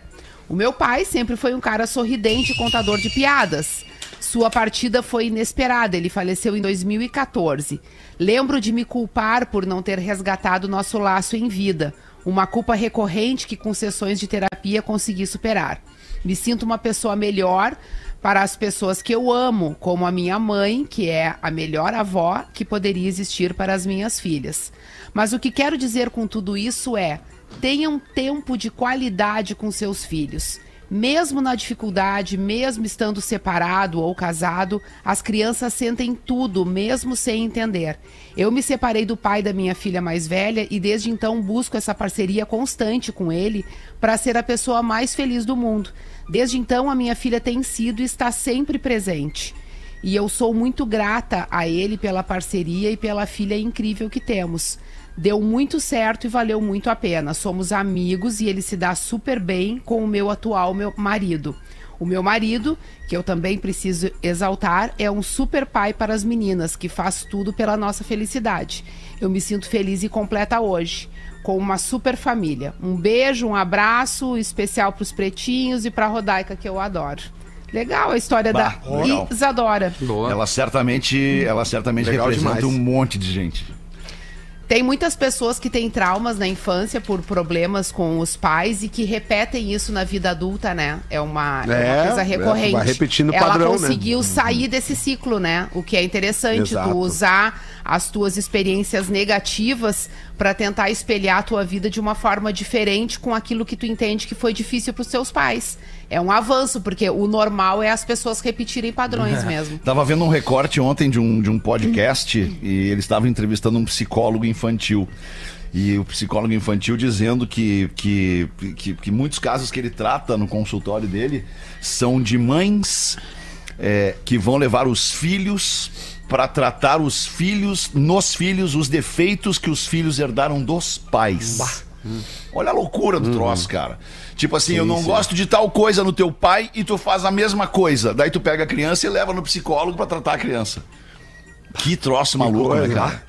E: O meu pai sempre foi um cara sorridente e contador de piadas. Sua partida foi inesperada, ele faleceu em 2014. Lembro de me culpar por não ter resgatado nosso laço em vida, uma culpa recorrente que com sessões de terapia consegui superar. Me sinto uma pessoa melhor para as pessoas que eu amo, como a minha mãe, que é a melhor avó que poderia existir para as minhas filhas. Mas o que quero dizer com tudo isso é: tenham tempo de qualidade com seus filhos. Mesmo na dificuldade, mesmo estando separado ou casado, as crianças sentem tudo, mesmo sem entender. Eu me separei do pai da minha filha mais velha e desde então busco essa parceria constante com ele para ser a pessoa mais feliz do mundo. Desde então, a minha filha tem sido e está sempre presente. E eu sou muito grata a ele pela parceria e pela filha incrível que temos. Deu muito certo e valeu muito a pena. Somos amigos e ele se dá super bem com o meu atual meu marido. O meu marido, que eu também preciso exaltar, é um super pai para as meninas, que faz tudo pela nossa felicidade. Eu me sinto feliz e completa hoje, com uma super família. Um beijo, um abraço especial para os pretinhos e para a Rodaica, que eu adoro. Legal a história
D: Bah,
E: da
D: legal.
E: Isadora.
F: Boa.
D: Ela certamente, ela certamente
H: Legal
D: representa
H: demais.
D: um monte de gente.
E: Tem muitas pessoas que têm traumas na infância por problemas com os pais e que repetem isso na vida adulta, né? É uma, é uma
H: É,
E: coisa
H: é,
E: recorrente.
H: vai repetindo o
E: Ela
H: padrão, né?
E: conseguiu sair desse ciclo, né? O que é interessante,
H: Exato.
E: tu usar as tuas experiências negativas pra tentar espelhar a tua vida de uma forma diferente com aquilo que tu entende que foi difícil pros seus pais. É um avanço, porque o normal é as pessoas repetirem padrões mesmo.
D: Tava vendo um recorte ontem de um, de um podcast e eles estavam entrevistando um psicólogo infantil. E o psicólogo infantil dizendo que, que, que, que muitos casos que ele trata no consultório dele são de mães é, que vão levar os filhos para tratar os filhos, nos filhos, os defeitos que os filhos herdaram dos pais. Olha a loucura
H: Uhum.
D: do troço, cara. Tipo assim, eu não gosto de tal coisa no teu pai e tu faz a mesma coisa. Daí tu pega a criança e leva no psicólogo pra tratar a criança. Que troço maluco, né,
H: coisa. Tá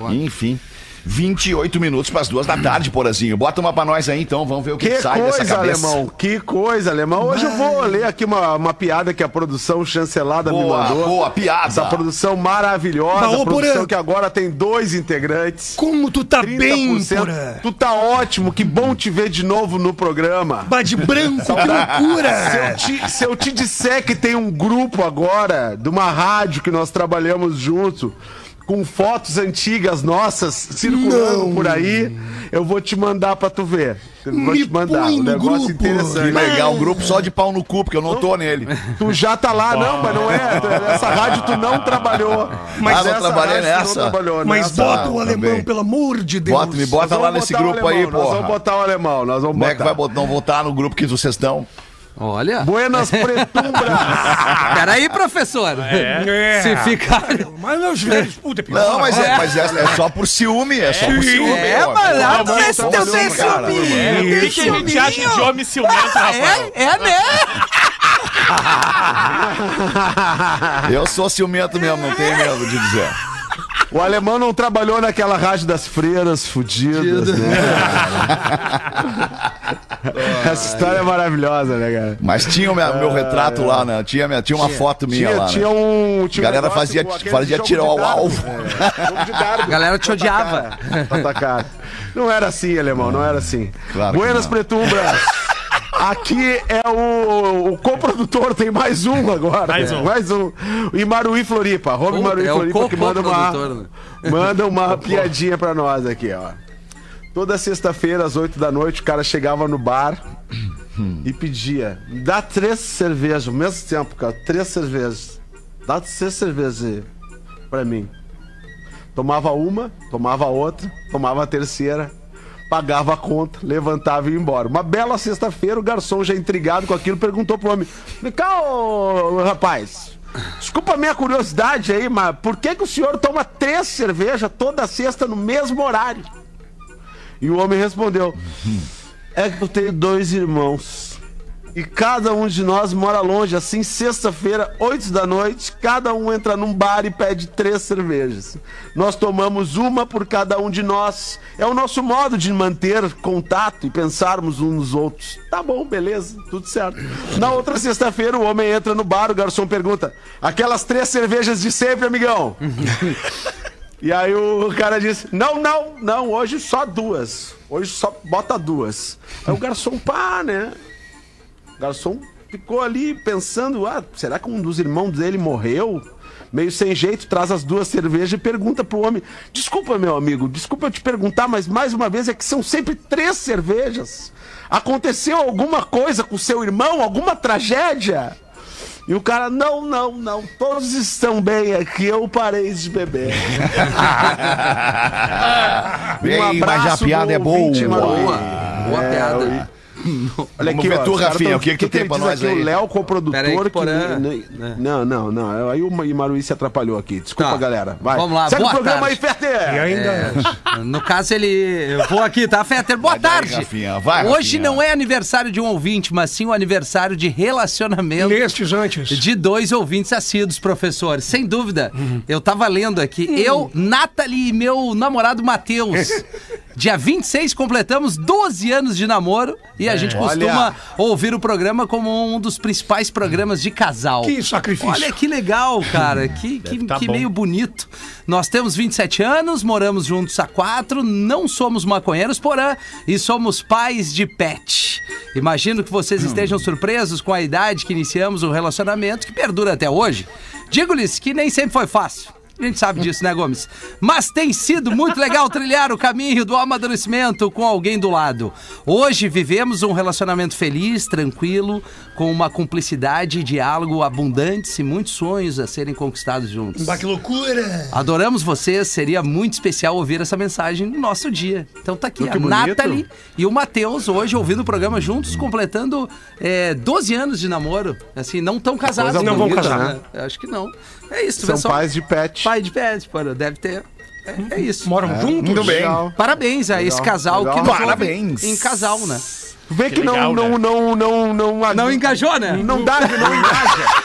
D: cara? Enfim. 28 minutos pras duas da tarde, porazinho. Bota uma pra nós aí então, vamos ver o que,
H: Que
D: sai dessa
H: coisa,
D: cabeça.
H: alemão! Que coisa, alemão! Hoje eu vou ler aqui uma, uma piada que a produção chancelada me
D: Boa,
H: mandou.
D: boa, piada.
H: Essa produção é maravilhosa,
G: Baú,
H: produção
G: Porã.
H: que agora tem dois integrantes.
G: Como tu tá bem, Porã?
H: Tu tá ótimo, que bom te ver de novo no programa.
G: Bah de branco, que
H: Se eu,
G: loucura!
H: te, se eu te disser que tem um grupo agora, de uma rádio que nós trabalhamos junto, com fotos antigas nossas circulando por aí, eu vou te mandar pra tu ver. Vou te mandar. Um negócio
D: Que
H: interessante.
D: legal, um grupo só de pau no cu, porque eu não tô nele.
H: Tu já tá lá, não, mas não é. tu- Essa rádio tu não trabalhou.
G: Mas
D: Ah, não
H: essa
D: trabalhei
H: rádio tu
D: nessa?
H: Não trabalhou
G: Mas
H: nessa.
G: bota o alemão,
D: é também.
G: pelo amor de Deus.
D: Bota, me
H: Nós
D: bota
H: vamos
D: lá nesse
H: botar o
D: grupo aí,
H: alemão, Nós
D: porra.
H: vamos botar o alemão, nós vamos
D: Como é que vai
H: botar.
D: botar, não votar no grupo que vocês estão?
F: Olha.
H: Buenas Pretumbras.
F: Peraí, professor.
G: É.
F: Se ficar.
G: Mas meus velhos, puta, pior.
D: Não, mas é, mas é, é só por ciúme, é só por
G: Sim.
D: ciúme.
F: É,
D: ó.
F: mas lá tu
D: Vamos,
F: vê se
D: vamos,
F: teu tem
D: vamos, cara.
F: ciúme.
G: É,
I: O que, que a gente acha de homem ciumento, Rafael?
F: É, é, né?
D: Eu sou ciumento mesmo, não tenho medo de dizer.
H: O alemão não trabalhou naquela rádio das freiras fudidas, né? Essa história é maravilhosa, né, cara?
D: Mas tinha o meu, meu retrato lá, né? Tinha, minha- tinha uma foto minha
H: É. Tinha,
D: lá. né?
H: tinha um. Tinha um
D: Galera
H: negócio
D: fazia-
H: com aquele
D: fazia
H: jogo
D: tiro
H: de
D: ao
H: dardo.
D: alvo.
H: É, jogo de dardo.
F: A galera te odiava.
H: Tá Pra tacar. Não era assim, alemão, não era assim.
D: Claro que
H: Buenas
D: não.
H: Pretumbras. Aqui é o, o coprodutor, tem mais um agora.
I: Mais um.
H: Mais um. E Maruí Floripa. Arroba
F: Puta,
H: Maruí
F: é o
H: Floripa que manda uma,
F: coprodutor, né?
H: manda uma piadinha pra nós aqui, ó. Toda sexta-feira, às 8 da noite, o cara chegava no bar
D: Hum.
H: e pedia: dá três cervejas ao mesmo tempo, cara. Três cervejas. Dá três cervejas aí pra mim. Tomava uma, tomava outra, tomava a terceira, pagava a conta, levantava e ia embora. Uma bela sexta-feira, o garçom, já intrigado com aquilo, perguntou pro homem: Vem cá, ô, rapaz. Desculpa a minha curiosidade aí, mas por que, que o senhor toma três cervejas toda sexta no mesmo horário? E o homem respondeu: É que eu tenho dois irmãos. E cada um de nós mora longe, assim, sexta-feira, 8 da noite, cada um entra num bar e pede três cervejas. Nós tomamos uma por cada um de nós. É o nosso modo de manter contato e pensarmos uns nos outros. Tá bom, beleza, tudo certo. Na outra sexta-feira, o homem entra no bar, o garçom pergunta: Aquelas três cervejas de sempre, amigão? E aí o cara disse: Não, não, não, hoje só duas. Hoje só bota duas. Aí o garçom, pá, né? O garçom ficou ali pensando: Ah, será que um dos irmãos dele morreu? Meio sem jeito, traz as duas cervejas e pergunta pro homem: Desculpa, meu amigo, desculpa eu te perguntar, mas mais uma vez é que são sempre três cervejas. Aconteceu alguma coisa com seu irmão? Alguma tragédia? E o cara, não, não, não, todos estão bem aqui, eu parei de beber. Um
D: Bem, mas
H: abraço
D: já a piada
H: do
D: é
H: ouvinte, É, Maruí.
F: Boa.
D: boa.
F: Boa piada.
H: Olha
D: Vamos ver
H: ó,
D: tu,
H: os caras
D: Rafinha,
H: tão-
D: o que que tu tem
H: ele
D: pra
H: diz
D: nós
H: aqui?
D: aí?
H: O Léo, coprodutor...
F: Pera aí, que
H: que
F: Porã-
H: ne- ne- Não, não, não, aí o Ma- e Maruí se atrapalhou aqui, desculpa,
F: Tá.
H: galera. Vai.
F: Vamos lá,
H: Segue
F: boa
H: o programa
F: tarde.
H: aí, Ferter!
G: E ainda.
F: No caso, ele. Eu vou aqui, tá, Fetter? Boa
D: Vai daí,
F: tarde.
D: Rafinha, vai,
F: Hoje
D: Rafinha.
F: não é aniversário de um ouvinte, mas sim o aniversário de relacionamento.
G: Lestes antes.
F: De dois ouvintes assíduos, professor. Sem dúvida. Eu tava lendo aqui. Eu, Nathalie e meu namorado Matheus. Dia 26 completamos 12 anos de namoro e a gente costuma
H: Olha.
F: ouvir o programa como um dos principais programas de casal.
G: Que sacrifício.
F: Olha que legal, cara. Que, que,
I: tá
F: que
I: bom.
F: meio bonito. Nós temos 27 anos, moramos juntos há quatro, não somos maconheiros, porã, e somos pais de pet. Imagino que vocês estejam surpresos com a idade que iniciamos o relacionamento que perdura até hoje. Digo-lhes que nem sempre foi fácil. A gente sabe disso, né, Gomes? Mas tem sido muito legal trilhar o caminho do amadurecimento com alguém do lado. Hoje vivemos um relacionamento feliz, tranquilo, com uma cumplicidade e diálogo abundantes e muitos sonhos a serem conquistados juntos.
G: Bah, que loucura.
F: Adoramos vocês, seria muito especial ouvir essa mensagem no nosso dia. Então tá aqui
H: Oh, que
F: a
H: bonito.
F: Nathalie e o Matheus hoje ouvindo o programa juntos, completando é, 12 anos de namoro. Assim, não tão casados.
H: Coisa né?
G: Não vão
F: bonita,
G: casar.
F: Eu Acho que não. É isso,
H: São
F: pessoal.
H: pais de pet.
F: Pai de pés, porra, deve ter. É, é isso.
G: Moram juntos?
D: Muito bem.
H: Legal.
F: Parabéns a esse casal
H: legal.
F: que nos ouve
D: Parabéns.
F: em casal, né?
H: Vê que,
I: Que legal,
H: não,
I: né?
H: não, não, não, não...
F: Não engajou, né?
H: Não dá, não engaja.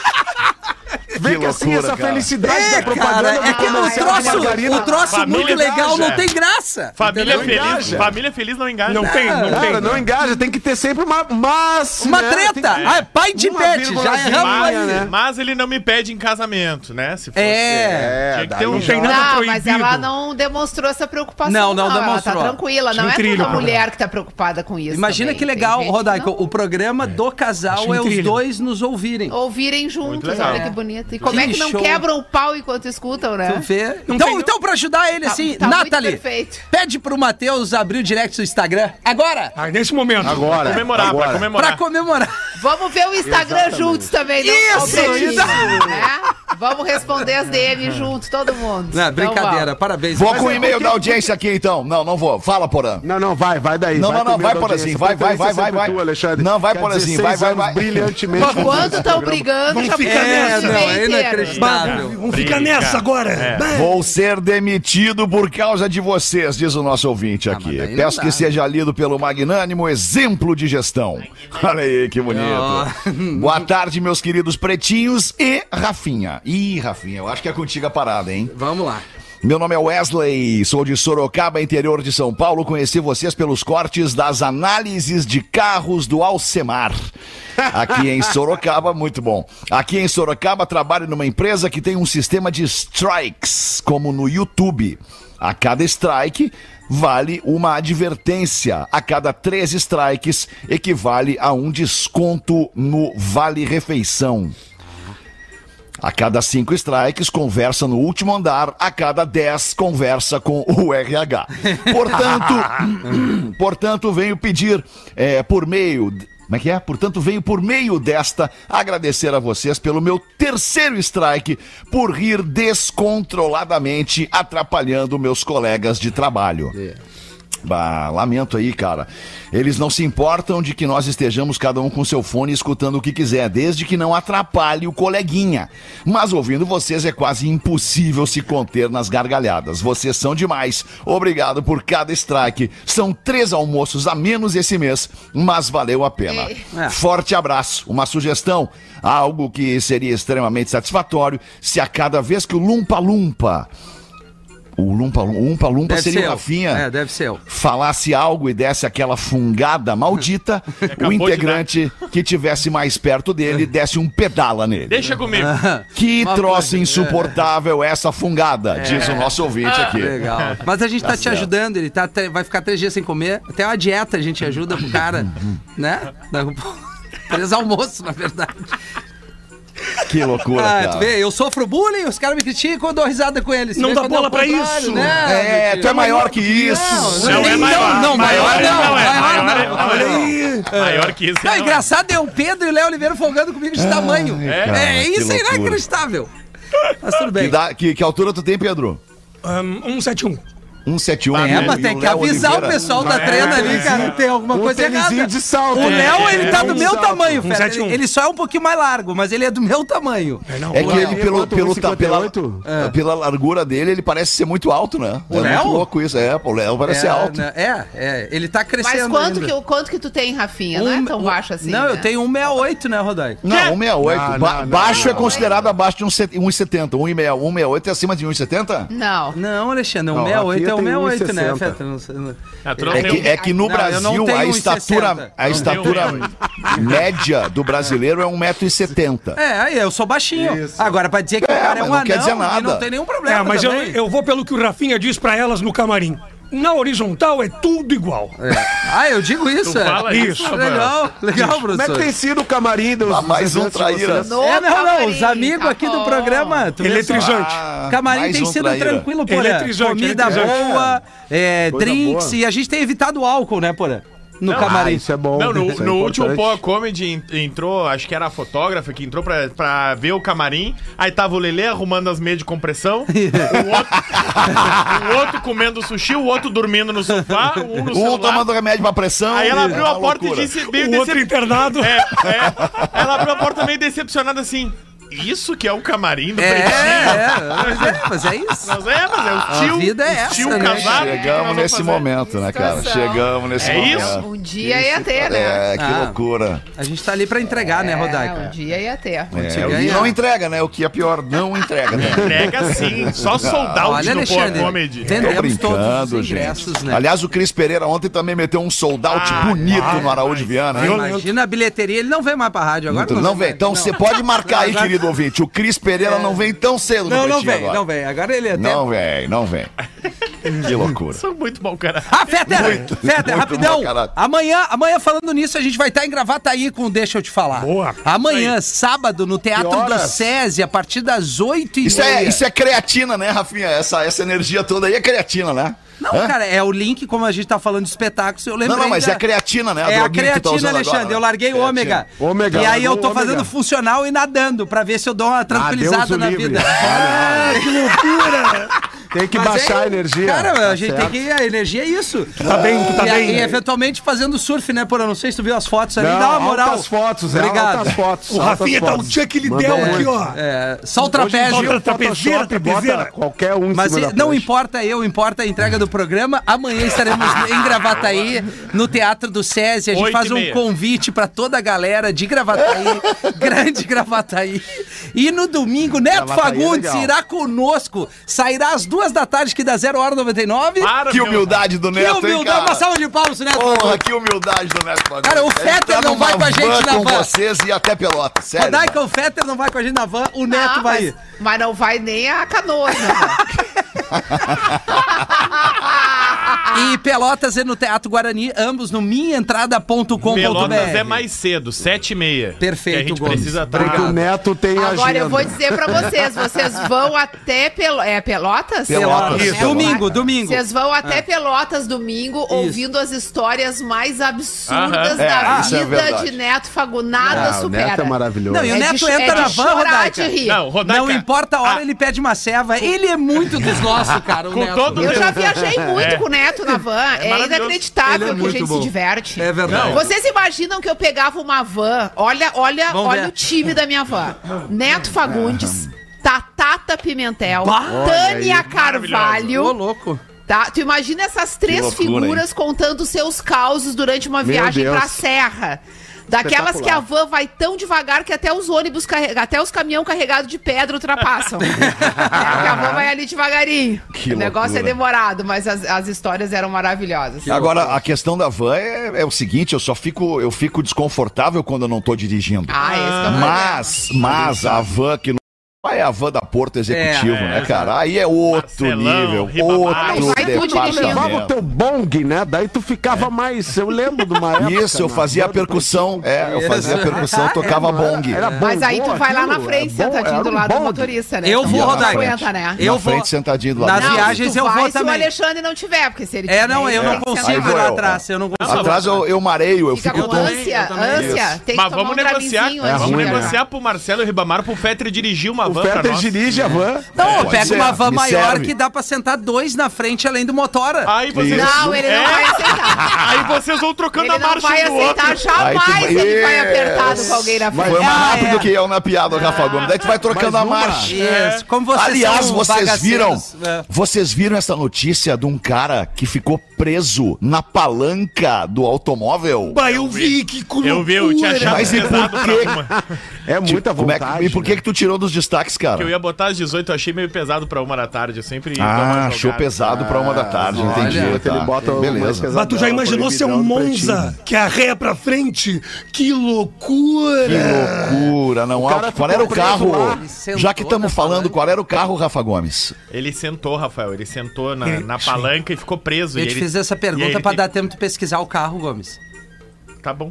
H: Vê que,
D: Que
H: assim,
D: loucura,
H: essa
D: cara.
H: felicidade da
F: É,
H: propaganda
F: cara, é que
H: não
F: o troço, o troço
I: Família
F: muito legal
I: engaja.
F: não tem graça.
I: Família
F: entendeu?
I: feliz.
H: engaja.
I: Família feliz não engaja.
G: Não tem, não
H: Cara,
G: tem.
H: não engaja, tem que ter sempre uma. Mas,
F: Uma
H: né, tem
F: treta.
H: que-
F: Ah, é pai de
H: Uma
F: pet,
H: vírgula
F: já
H: assim,
F: erramos
I: Mas,
F: aí.
H: né?
I: mas ele não me pede em casamento, né? Se fosse,
F: É.
I: Tinha que ter um
G: Não tem nada
E: Não,
G: proibido.
E: mas ela não demonstrou essa preocupação.
F: Não, não
E: Ela
F: demonstrou. um
E: tá tranquila. Não é
G: Desmentrilha
E: toda
G: o
E: mulher que tá preocupada com isso.
F: Imagina
E: também.
F: que
E: Tem
F: legal,
E: gente que
F: Rodaico,
E: não-
F: o programa do casal
G: Acho
F: é os
G: incrível.
F: dois nos ouvirem.
E: Ouvirem juntos,
I: legal.
E: olha que bonito. E como é que não
F: show.
E: quebram o pau enquanto escutam, né?
F: Tu vê?
G: Não
F: então,
G: tem-
F: então, pra ajudar ele,
E: Tá-
F: assim,
E: tá muito
F: Nathalie,
E: perfeito.
F: pede pro Matheus abrir o direct do Instagram agora,
G: Ah, nesse momento.
H: Agora.
I: Comemorar,
H: agora.
I: pra
F: pra
I: comemorar.
F: comemorar.
E: Vamos ver o Instagram juntos também, não só o
F: Isso,
E: pretinho,
F: isso.
E: né? Vamos responder as DM juntos, todo mundo.
F: Não,
E: Então,
F: brincadeira,
E: vamos.
F: parabéns.
D: Vou
F: Mas
D: com o
F: é
D: e-mail
F: porque-
D: da audiência aqui, então. Não, não vou. Fala, Porã.
H: Não, não, vai, vai daí.
D: Não, não, não,
H: primeiro
D: vai
H: da
D: por
H: audiência.
D: assim, vai, vai, vai,
H: Preferência
D: vai,
H: sempre
D: vai.
H: tua, Alexandre.
D: Não, vai
H: Que há
D: por assim,
H: 16
D: vai, vai,
H: anos
D: vai.
H: Brilhantemente.
G: Mas
H: conduz
E: Quando
H: esse
E: estão
H: programa.
E: brigando,
G: Vamos
E: já
G: ficar
E: perdeu
G: nessa.
E: o time
F: não,
G: É,
F: é
E: inteiro.
G: Bah,
F: inacreditável.
G: vamos ficar
I: Briga.
G: nessa agora. Bah.
F: Né?
D: Vou ser demitido por causa de vocês, diz o nosso ouvinte
F: mas
D: aqui.
F: daí não
D: Peço
F: dá,
D: que
F: né?
D: seja lido pelo magnânimo exemplo de gestão. Olha aí, que bonito.
F: Ah.
D: Boa tarde, meus queridos pretinhos e Rafinha. Ih, Rafinha, eu acho que é contigo a parada, hein?
F: Vamos lá.
D: Meu nome é Wesley, sou de Sorocaba, interior de São Paulo. Conheci vocês pelos cortes das análises de carros do Alcemar. Aqui em Sorocaba, muito bom. Aqui em Sorocaba, trabalho numa empresa que tem um sistema de strikes, como no YouTube. A cada strike vale uma advertência. A cada três strikes equivale a um desconto no Vale Refeição. A cada cinco strikes, conversa no último andar. A cada dez, conversa com o RH. Portanto, portanto venho pedir eh, por meio... Como é que é? Portanto, venho por meio desta agradecer a vocês pelo meu terceiro strike por rir descontroladamente, atrapalhando meus colegas de trabalho. Bah, lamento aí, cara. Eles não se importam de que nós estejamos cada um com seu fone escutando o que quiser, desde que não atrapalhe o coleguinha. Mas ouvindo vocês é quase impossível se conter nas gargalhadas. Vocês são demais. Obrigado por cada strike. São três almoços a menos esse mês, mas valeu a pena.
F: É.
D: Forte abraço. Uma sugestão, algo que seria extremamente satisfatório se a cada vez que o Lumpa Lumpa. O Lumpa Lumpa, Lumpa
F: Deve
D: seria o
F: ser eu.
D: Rafinha
F: É, deve ser eu.
D: falasse algo e desse aquela fungada maldita, o
I: de
D: integrante que tivesse mais perto dele desse um pedala nele.
I: Deixa comigo.
D: Que
F: Uma
D: troço
F: coisa, né? É.
D: insuportável é essa fungada, diz o nosso ouvinte aqui.
F: Ah, Legal. Mas a gente tá, te ajudando, ele tá, até- vai ficar três dias sem comer. Até uma dieta a gente ajuda pro cara,
D: Uhum.
F: né? Dá um- Três almoços, na verdade.
D: Que loucura,
F: Ah, tu
D: cara.
F: vê, eu sofro bullying, os caras me criticam, eu dou risada com eles.
G: Não
F: Vê
G: dá
F: quando é o
G: bola pra
F: contrário,
G: isso.
F: Né?
D: É, tu é maior que isso.
F: Não, não,
I: Não, é maior.
F: não, maior
I: Maior é-
F: não,
I: não,
F: maior
I: é maior é-
F: não.
I: não, é-
G: Olha aí.
I: Maior que isso.
F: Não,
I: não.
F: engraçado é o Pedro e o Léo Oliveira folgando comigo de tamanho. É,
D: cara, que
F: isso é
D: loucura.
F: inacreditável. Mas tudo
D: Que,
F: bem.
D: dá- que- que altura tu tem, Pedro?
G: Ahn, 171.
D: 171.
F: É,
D: E
F: mas
D: o
F: tem que
D: Léo
F: avisar o
D: Oliveira- um
F: pessoal da trena ali, cara. Tem alguma
H: Um
F: coisa
H: tênisinho
F: errada.
H: de salto.
F: O
H: né?
F: Léo, ele tá
H: É,
F: do
H: um
F: meu
H: salto.
F: tamanho, fera. Ele,
G: 171.
F: ele só é um pouquinho mais largo, mas ele é do meu tamanho.
G: É, não.
D: É que
F: Léo.
D: ele, pelo,
H: Quanto?
D: pelo, ta- pela,
H: 1,58?
D: é, pela largura dele, ele parece ser muito alto, né?
F: O
D: é
F: Léo?
D: muito louco isso. É, pô, o Léo parece ser alto.
F: né? É, é, ele tá
E: Mas
F: crescendo.
E: quanto
F: ainda.
E: que, quanto que tu tem, Rafinha? não é
F: Um-
E: tão baixo assim,
F: Não,
E: né?
F: eu tenho 168, né, Rodai?
D: Não, 168.
H: Não,
D: Ba-
H: não, não,
D: baixo
E: não.
D: é considerado abaixo de 1,70. 168 é acima de 1,70?
E: Não.
F: É, Não, Alexandre,
H: Não,
F: 168 é 168,
H: Rafinha tem
F: né,
H: 1,60.
F: Feta? Não sei, não-
I: Ah, tu não
D: É
I: tem
D: que,
I: um-
D: é que no
F: Não, eu não
D: Brasil
F: tenho
D: a
F: 1,60.
D: estatura, a
I: Não
D: estatura
I: tenho
D: média do brasileiro é 1,70m.
F: É, aí eu sou baixinho. Agora, pra dizer que o
D: É,
F: cara
D: mas
F: é um
D: não
F: anão,
D: quer dizer
F: e não
D: nada.
F: tem nenhum problema
G: É, mas eu,
F: também.
G: eu vou pelo que o Rafinha diz pra elas no camarim. Na horizontal é tudo igual.
F: É. Ah, eu digo isso.
I: Tu
F: é.
I: fala isso,
G: Isso,
I: mano.
F: Legal, legal,
H: Como é que
F: professor.
H: tem sido o camarim dos...
D: Ah, mais um
H: dos
D: traíra.
H: vocês?
E: No
F: É, não, não,
E: camarim,
F: os amigos
E: tá
F: aqui do
E: bom.
F: programa. tu vê só.
G: Eletrizante.
D: Ah,
F: Camarim
D: mais
F: tem
D: um
F: sido
D: traíra.
F: tranquilo, Porã.
G: Eletrizante,
F: Comida
G: eletrizante.
F: boa, é,
H: Coisa
F: drinks,
H: boa.
F: e a gente tem evitado o álcool, né, Porã? No
H: Ah,
F: camarim.
H: isso é bom.
I: Não, no,
H: isso é
I: no último
H: importante.
I: Poa Comedy en- entrou, acho que era a fotógrafa que entrou pra, pra ver o camarim. Aí tava o Lelê arrumando as meias de compressão. o, outro, o outro comendo sushi, o outro dormindo no sofá, um no
D: Um
I: celular.
D: tomando remédio pra pressão.
I: Aí ela abriu
D: É
I: a
D: uma
I: porta
D: loucura.
I: e disse... meio
G: O outro
I: decep-
G: internado.
I: É, é. Ela abriu a porta meio decepcionada assim. Isso que é o camarim do
F: É,
I: Pretinho?
F: é, mas é, mas é isso.
I: Nós é, mas é o tio,
F: vida é
I: o tio
F: essa, né?
I: casado. que nós
D: Chegamos
I: vamos
D: nesse
I: fazer.
D: momento, né, cara?
E: Situação.
D: Chegamos nesse
I: É
D: momento.
I: isso?
E: Um dia ia ter, né?
D: É, que
F: Ah.
D: loucura.
F: A gente tá ali pra entregar, né,
E: um
F: Rodaica?
E: dia ia ter.
D: É, o- e
F: ganha.
D: não entrega, né? O que é pior, não entrega. Né?
I: Entrega sim, só soldado
F: Olha,
I: no Poa
F: Alexandre,
I: Comedy.
D: Tô
F: vendemos todos
D: brincando,
F: os
D: gente.
F: ingressos, né?
D: Aliás, o Cris Pereira ontem também meteu um sold out
I: Ah,
D: bonito no Araújo Viana. hein?
F: Ah, Imagina a bilheteria, ele não vem mais pra rádio agora.
D: Muito- não vem. Então você pode marcar aí,
F: Agora-
D: querido ouvinte. O Cris Pereira não vem tão cedo no
F: Não, não
D: Pretinho
F: vem, é
D: agora.
F: não vem. Agora ele até
D: Não vem, não vem. Que loucura.
I: São muito bom, cara.
F: Ah, Fetter!
D: Muito,
F: Fetter,
D: muito
F: rapidão!
D: mau caráter.
F: Amanhã, amanhã, falando nisso, a gente vai estar em Gravataí com o Deixa Eu Te Falar.
G: Boa.
F: Amanhã, sábado, no Teatro do SESI, a partir das 8 e
D: Isso é,
F: meia.
D: isso é creatina, né, Rafinha? Essa, essa energia toda aí é creatina, né?
F: Não,
D: Hã?
F: cara, é o link, como a gente tá falando de espetáculos, eu lembrei
D: Não, não, mas é
F: da-
D: creatina, né?
F: É a
D: droguinha que tu tá
F: creatina,
D: usando agora,
F: Alexandre.
D: né?
F: Eu larguei o
D: Creatina.
F: ômega.
H: É, Ômega,
F: E aí eu
H: largou
F: tô
H: o ômega. Ah,
F: fazendo funcional e nadando, pra ver se eu dou uma tranquilizada
H: Deus o
F: na
H: livre.
F: vida.
G: Que loucura!
H: Tem que
F: Mas
H: baixar
F: é-
H: a energia.
F: Cara,
H: Tá
F: a gente
H: certo.
F: tem que. A energia é isso.
G: Tá bem, tu tá
F: e, aí,
G: bem.
F: eventualmente fazendo surf, né, Porã? Não sei se tu viu as fotos ali.
H: Não,
F: Dá uma moral.
H: Altas fotos, é,
F: Obrigado.
H: altas fotos.
G: O
H: altas
G: Rafinha tá o
H: fotos.
G: dia que ele
H: Mandou
G: deu
H: muito.
G: aqui, ó.
F: É, só o
G: Hoje em
F: trapézio.
G: dia- Trapezeira,
H: Photoshop bota
G: trapezeira.
H: Qualquer um em
F: Mas
H: cima
F: e-
H: da
F: não
H: prancha.
F: importa eu, importa a entrega do programa. Amanhã estaremos em Gravataí, no Teatro do SESI. A gente
I: Oito e
F: faz um
I: meia.
F: convite para toda a galera de Gravataí, grande Gravataí. E no domingo, Neto
H: Gravataí é
F: Fagundes
H: legal.
F: irá conosco. Sairá às duas da tarde, que dá 0 hora 99.
I: Para,
D: Que
I: meu.
D: humildade do
F: Que
D: Neto, hein,
F: humildade, uma
D: cara?
F: salva de palmas, pro Neto
D: Porra,
F: Fagundes.
D: que humildade do Neto Fagundes.
F: Cara, o
D: Ele
F: Fetter
D: tá
F: não vai
D: numa
F: com a gente
D: van
F: na
D: com
F: van.
D: vocês e até pelota, sério.
F: Rodaica, o Fetter não vai com a gente na van, o Neto
E: Ah,
F: vai
E: mas,
F: ir.
E: mas não vai nem a canoa, né? ah.
F: E Pelotas é no Teatro Guarani, ambos no minhaentrada.com.br.
I: Pelotas é mais cedo, 7 e meia.
F: Perfeito,
I: que a gente
F: Gomes.
I: precisa tá- estar.
H: Porque o Neto tem a
E: Agora
H: agenda.
E: eu vou dizer pra vocês, vocês vão até Pel... é, Pelotas?
D: Pelotas.
E: Né?
D: Isso,
F: domingo, É. domingo.
E: Vocês vão até Pelotas domingo ouvindo as histórias mais absurdas
I: Aham.
D: É,
E: da
D: isso é
E: vida
D: verdade.
E: de Neto Fagunada
H: Ah, o
E: supera.
H: Neto é maravilhoso.
F: Não, e o
E: É de
F: Neto
E: cho- é
F: entra
E: de
F: na van,
E: chorar
F: Rodaica.
E: de rir.
I: Não, Rodaica.
F: Não importa a hora,
I: Ah,
F: ele pede uma ceva. Ele é muito dos nossos, cara. o
I: Com
F: Neto.
I: todo
E: Eu já
I: Deus.
E: viajei muito
I: É.
E: com o Neto na van. É,
I: maravilhoso.
F: Ele é
E: inacreditável que a
F: muito
E: gente
F: bom.
E: se diverte.
F: É verdade.
E: Vocês imaginam que eu pegava uma van? Olha, olha,
F: Vamos
E: olha
F: ver.
E: o time da minha van. Neto Fagundes, Tatata Pimentel, Tânia
F: Ô,
E: Carvalho.
F: louco.
E: Tá? Tu imagina essas três
D: loucura,
E: figuras contando seus causos durante uma
H: Meu
E: viagem
H: Deus.
E: pra serra. Daquelas que a van vai tão devagar que até os ônibus, carre- até os caminhão carregados de pedra ultrapassam. é, porque a van vai ali devagarinho.
D: Que
E: o negócio
D: loucura.
E: é demorado, mas as, as histórias eram maravilhosas.
D: Agora, a questão da van é, é o seguinte, eu só fico, eu fico desconfortável quando eu não tô dirigindo.
E: Ah, esse que é o
D: Mas, mas a van que não é a van da Porto Executivo,
I: É,
D: né, cara? Aí é outro
I: Marcelão,
D: nível,
I: Ribamar.
D: outro
E: Vai tudo
H: Tu levava o
D: departamento.
H: teu bong, né? Daí tu ficava
F: É.
H: mais. Eu lembro de uma época.
D: Isso, eu
H: né?
D: fazia a percussão. É, eu fazia a
F: Ah, tá,
D: percussão, tocava bong.
H: Era
E: problema. Mas aí tu
H: bongô
E: vai lá na
H: aquilo,
E: frente,
H: era é bom,
E: sentadinho do
H: era um
E: lado do
H: bong.
E: motorista, né?
F: Eu
E: Então
F: vou,
E: não
F: Rodaica.
E: aguenta, né?
F: Eu
D: na
F: vou-
D: frente, sentadinho do lado.
F: Nas
D: do
E: Não,
D: motorista.
F: viagens
E: se tu
F: eu
E: vai
F: vou
E: se
F: também.
E: o Alexandre não tiver, porque se ele
F: É,
E: tiver,
F: não, eu
E: ele
F: não
E: tem que
F: consigo
E: sentar.
F: ir
D: eu,
F: atrás. Eu não consigo.
D: Atrás eu, eu mareio, eu
E: Fica
D: fico
E: com
D: tonto.
E: ânsia,
F: eu também.
E: ânsia. Tem que
I: Mas
E: tomar
I: vamos
E: um
I: negociar.
E: traguinho antes
I: Vamos
E: de
H: ruim, né?
E: viajar.
I: negociar pro Marcelo e Ribamar pro Fetter dirigir uma
H: O
I: van pra
H: Peter
I: nós.
H: dirige a van.
F: Não,
D: Pode
F: pega
D: ser,
F: uma van
D: me
F: maior
D: serve.
F: que dá pra sentar dois na frente além do motora.
I: Aí vocês,
E: Não, ele não
I: É,
E: vai aceitar.
I: Aí vocês vão trocando
E: Ele
I: a
E: não
I: marcha
E: vai
I: um do outro.
E: aceitar
D: Aí
E: jamais
F: Tá
D: tu vai-
E: ele vai
D: Yes.
E: apertado com alguém na frente.
D: Foi mais
F: Ah,
D: rápido
F: é. Ah.
D: que eu na piada, Rafa Gomes. Daí tu vai trocando
H: Mais
D: a
H: uma.
I: Ah,
D: marcha.
I: é.
F: Isso, como vocês
D: Aliás,
F: são
D: vocês viram,
F: bagaceiros, é.
D: vocês viram essa notícia de um cara que ficou preso na palanca do automóvel?
G: Bah, eu vi que loucura.
I: Eu vi, eu tinha achado
D: Mas e por
I: pesado pra
D: quê?
I: uma.
H: É muita
D: Como é
H: vontade.
D: que, e por que que tu tirou dos destaques,
I: Que eu
D: cara?
I: ia botar às 18, eu achei meio pesado pra uma da tarde. Eu sempre dou uma
D: Ah,
I: jogada.
D: achou pesado pra uma da tarde, entendi.
H: Olha,
D: tá.
H: ele bota o mais
D: Beleza.
H: pesado.
G: Mas tu já imaginou ser um Monza que arreia pra frente? Que loucura!
D: Que loucura, não
H: cara
D: há. Qual
H: ficou
D: era o
H: preso
D: carro?
H: lá,
F: ele sentou
D: Já que
F: na
D: estamos falando,
F: palanca.
D: qual era o carro, Rafa Gomes?
I: Ele sentou, Rafael. Ele sentou na, na palanca e ficou preso.
F: Eu
I: e
F: te
I: ele-
F: fiz essa
I: e
F: pergunta
I: ele
F: pra
I: te-
F: dar tempo de pesquisar o carro, Gomes.
I: Tá bom.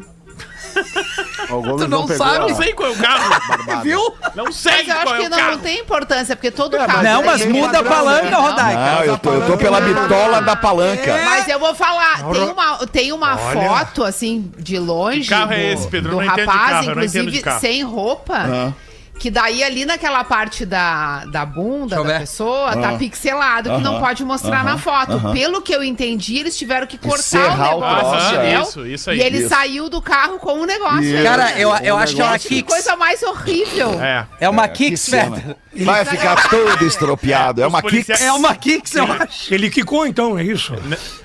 H: O Gomes
F: Tu não
H: pegou
F: sabe,
H: a-
I: Não sei qual é o carro.
F: Viu?
I: Não sei
E: Mas eu
I: qual
E: acho
I: é
E: que
I: o
E: não, não
I: carro.
E: tem importância, porque todo
H: É,
E: né, carro...
F: Não,
E: tem
F: mas
E: aquele
F: muda a
E: padrão,
F: palanca,
E: né?
F: Rodaica.
D: Ah, eu tô, eu tô pela bitola da palanca.
E: Mas eu vou falar, tem uma, tem uma
G: Olha.
E: foto, assim, de longe
I: Que carro
E: do,
I: é esse, Pedro?
E: do
I: Eu não entendo de
E: rapaz,
I: carro, eu não entendo de
E: inclusive
I: carro.
E: sem roupa,
D: Ah.
E: que daí ali naquela parte da, da bunda
F: eu ver.
E: da pessoa, tá
D: Ah.
E: pixelado, que não pode mostrar na foto. Pelo que eu entendi, eles tiveram que cortar
D: Serrar o
E: o negócio,
D: troço, é.
E: entendeu?
I: Isso, isso aí.
E: E ele
I: Isso.
E: saiu do carro com o negócio.
F: Cara, eu,
D: um
F: eu acho que é uma
E: Gente, que
F: Kicks.
E: coisa mais horrível.
I: É.
F: É uma
D: Que
F: Kicks, velho.
D: cena. Vai ficar todo estropiado. É uma
I: Os policiais-
D: Kicks.
F: É uma Kicks, eu acho.
G: Ele quicou então, é isso?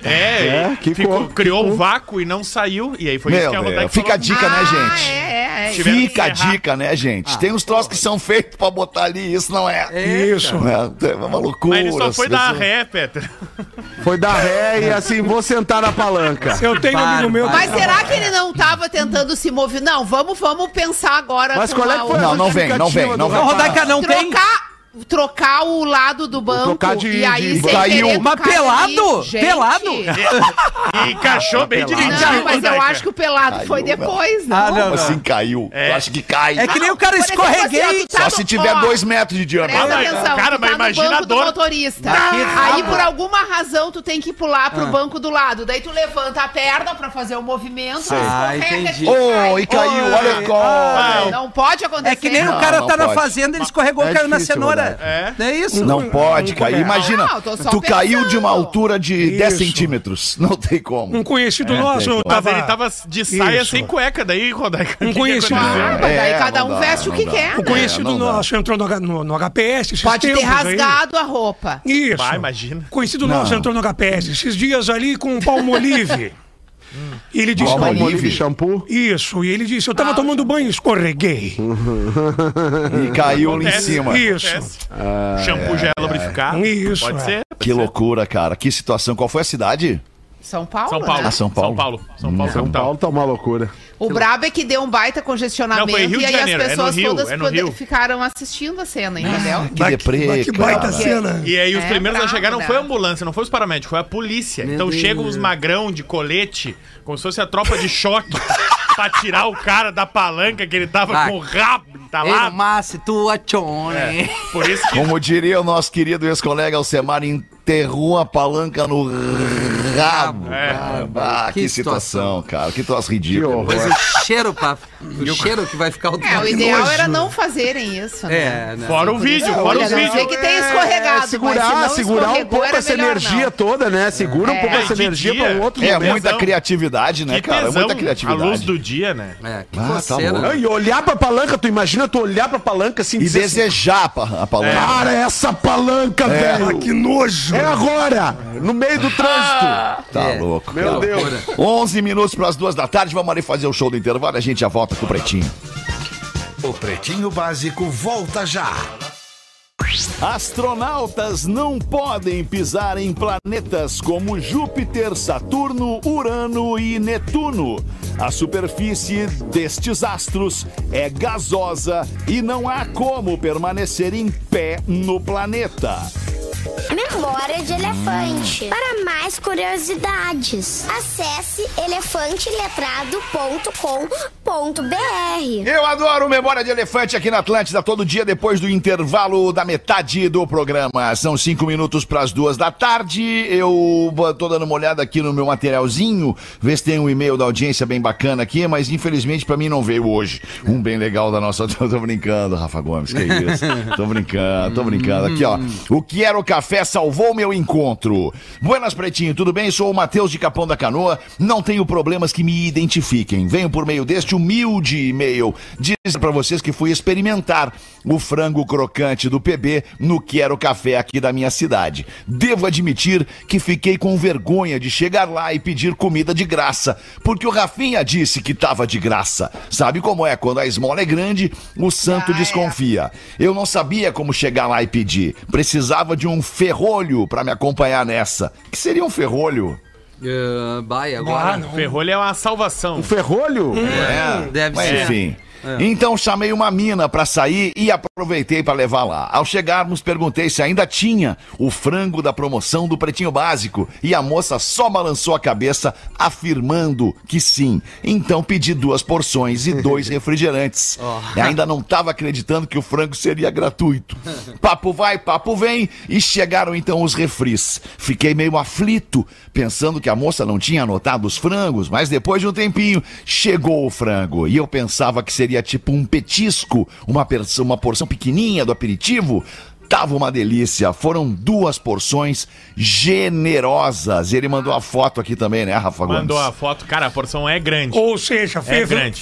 I: É,
H: É,
I: ele
H: que
I: ficou-
H: cor-
I: criou
H: que
I: um
H: cor.
I: vácuo e não saiu. E aí foi isso
D: Meu
I: que a
D: Deus,
I: Rodaica
D: fica a
I: falou.
D: dica, né,
E: Ah,
D: gente?
E: é, é, é.
I: Tiveram
D: Fica a
I: que encerrar.
D: dica, né, gente? Tem uns troços que são feitos pra botar ali, isso não é.
G: Isso.
D: É, é uma loucura. assim,
I: Mas ele só foi
D: isso-
I: dar ré, Peter.
H: Foi dar ré e assim, vou sentar na palanca.
G: Eu tenho um amigo meu.
E: Mas será que ele não tava tentando se mover? Não, vamos, vamos pensar agora.
H: Mas
E: numa
H: qual é que foi a
E: outra-
D: Não, não vem, não vem, não vem.
H: justificativa do
F: Não,
H: rapaz?
F: Rodaica, não tem.
E: Trocar trocar o lado do banco
H: trocar de-
E: e aí
H: de-
E: sem
D: caiu.
E: querer, tu
F: Mas
E: cai
F: pelado?
E: ali.
F: Pelado?
J: E encaixou bem direitinho.
E: Não, mas eu
J: Rodaica.
E: acho que o pelado
D: Caiu,
E: foi
D: velho.
E: depois, não?
F: Ah, não,
D: Como
F: não.
D: assim caiu? Eu acho que cai.
F: É que nem o cara
E: Por exemplo, assim,
F: escorreguei.
E: ó, tu tá
D: Só
E: no-
D: se tiver
E: ó,
D: dois metros de diâmetro.
E: Presta
J: Ah, mas-
E: atenção,
J: cara,
E: tu
J: mas
E: tá
J: imagina
E: no
J: a
E: banco do
J: dor.
E: motorista.
F: Mas Ah, que
E: Aí,
F: rabo. Ah.
E: por alguma razão, tu tem que pular pro banco do lado. Daí tu levanta a perna pra fazer o movimento,
F: Ah,
E: escorrega,
F: entendi.
E: tu
D: Oh,
E: cai.
D: e caiu, olha o gol.
E: Não pode acontecer.
F: É que nem
E: não.
F: o cara
D: não
F: tá na
D: pode.
F: fazenda, ele escorregou,
H: É
F: caiu na
H: difícil,
F: cenoura.
J: É.
F: Não é isso?
D: Não pode cair. Imagina,
E: Ah, Não, tô só
D: tu caiu
E: pensando.
D: de uma altura de 10
G: Isso.
D: centímetros. Não tem
G: Um
D: como.
G: conhecido nosso
D: tem
G: eu
J: Mas
G: tava...
J: ele tava de saia
G: Isso.
J: sem cueca, daí, Rodaica.
G: Um
J: o que que
G: conhecido.
J: aconteceu?
E: Ah, mas
D: É,
E: aí cada
D: não
E: um
D: dá,
E: veste o
D: não
E: que
D: dá.
E: quer,
G: Um
E: né?
G: conhecido
D: É, não dá.
G: nosso entrou no, H- no- no HPS esses
E: Pode ter
G: tempos aí.
E: rasgado a roupa.
G: Isso.
J: Vai, imagina.
G: Conhecido nosso entrou no HPS esses dias ali com o Palmolive. E ele disse...
D: Palmolive.
H: Palmolive shampoo.
G: Isso, e ele disse, eu
J: Ah.
G: tava tomando banho e escorreguei.
D: E caiu lá em
J: Acontece,
D: cima.
G: Isso.
J: acontece. Shampoo já é lubrificado.
G: Isso,
J: Pode
G: é.
J: ser.
D: Que loucura, cara. Que situação. Qual foi a cidade?
E: São Paulo,
J: São Paulo.
E: né?
D: São Paulo.
J: São Paulo. São Paulo,
H: São
J: capital.
H: Paulo tá uma loucura.
E: O brabo é que deu um baita congestionamento
J: Não, foi Rio
E: e
J: de
E: aí
J: Janeiro, é
E: as
J: no
E: pessoas
J: Rio,
E: todas
J: é no
E: poder-
J: Rio.
E: ficaram assistindo a cena, entendeu?
D: Que deprê,
G: Mas que baita
D: cara.
G: cena.
J: E aí os
E: É
J: primeiros a
E: brabo,
J: chegar não
E: né?
J: foi a ambulância, não foi os paramédicos, foi a polícia. então
F: Deus.
J: chegam uns magrão de colete, como se fosse a tropa de choque, pra tirar o cara da palanca que ele tava
F: Ah.
J: com o rabo
I: Tá
F: Era
J: entalado.
F: uma situação,
I: É.
F: né?
J: Por isso que
D: Como diria o nosso querido ex-colega Alcemar, enterrou a palanca no rabo.
J: É.
D: cara. Ah, que,
F: Que
D: situação, cara. Que troço
H: Que
D: ridículo.
H: horror.
F: Mas o cheiro, pá. O cheiro que vai ficar o
E: É, o ideal era não fazerem isso, né?
F: É, né?
J: fora o vídeo, fora
E: Olha,
J: os
E: não sei
J: vídeos.
E: que tem escorregado,
H: segurar,
E: mas se não
H: segurar um
E: escorregou,
H: pouco
E: era
H: essa
E: melhor
H: energia
E: não.
H: toda, né? Segura um pouco
J: É,
H: essa
J: de
H: energia
J: dia.
H: para um outro
D: É
J: Que
H: momento.
D: muita
J: tesão.
D: criatividade, né,
J: Que
D: cara? É
J: tesão,
D: muita
J: a luz
D: criatividade.
J: do dia, né?
F: É, que
D: Ah, tá
F: coceira.
D: louco.
H: Não, E olhar pra palanca, tu imagina tu olhar pra palanca assim
D: E
H: dizer assim,
D: desejar É. a pa- a
J: É.
D: palanca.
H: Cara, essa palanca,
G: Ah,
H: velho!
G: que nojo.
H: É agora! No meio do trânsito!
D: Tá
F: É.
D: louco.
H: Meu
D: cara.
H: Deus!
D: 11 minutos para as duas da tarde. Vamos ali fazer o show do intervalo. A gente já volta com o Pretinho.
B: O Pretinho Básico volta já.
K: Astronautas não podem pisar em planetas como Júpiter, Saturno, Urano e Netuno. A superfície destes astros é gasosa e não há como permanecer em pé no planeta.
L: Memória de Elefante. Para mais curiosidades, acesse elefanteletrado.com.br.
D: Eu adoro Memória de Elefante aqui na Atlântida, todo dia depois do intervalo da metade do programa. São cinco minutos para as duas da tarde. Eu bo- tô dando uma olhada aqui no meu materialzinho, ver se tem um e-mail da audiência bem bacana aqui, mas infelizmente para mim não veio hoje. Um bem legal da nossa. Eu tô brincando, Rafa Gomes, que isso. Tô brincando, tô brincando. Aqui, ó. O que era o café salvou meu encontro. Buenas, Pretinho, tudo bem? Sou o Matheus de Capão da Canoa. Não tenho problemas que me identifiquem. Venho por meio deste humilde e-mail dizer pra vocês que fui experimentar o frango crocante do PB no que era o café aqui da minha cidade. Devo admitir que fiquei com vergonha de chegar lá e pedir comida de graça, porque o Rafinha disse que tava de graça. Sabe como é? Quando a esmola é grande, o santo
E: Ah, é.
D: desconfia confia. Eu não sabia como chegar lá e pedir. Precisava de um ferrolho pra me acompanhar nessa. Que seria um ferrolho?
F: Ah, vai,
G: Ah,
F: agora.
G: não.
J: Ferrolho é uma salvação.
H: Um ferrolho?
D: É,
F: deve
D: mas
F: ser. É.
D: Enfim. Então chamei uma mina pra sair e aproveitei pra levar lá. Ao chegarmos, perguntei se ainda tinha o frango da promoção do Pretinho Básico e a moça só balançou a cabeça afirmando que sim. Então pedi duas porções e dois refrigerantes. E ainda não tava acreditando que o frango seria gratuito. Papo vai, papo vem e chegaram então os refris. Fiquei meio aflito, pensando que a moça não tinha anotado os frangos, mas depois de um tempinho chegou o frango e eu pensava que seria tipo um petisco, uma, perso- uma porção pequenininha do aperitivo. Tava uma delícia, foram duas porções generosas. Ele mandou a foto aqui também, né, Rafa Gomes?
J: Mandou a foto. Cara, a porção é grande.
G: Ou seja, fer-
J: grande.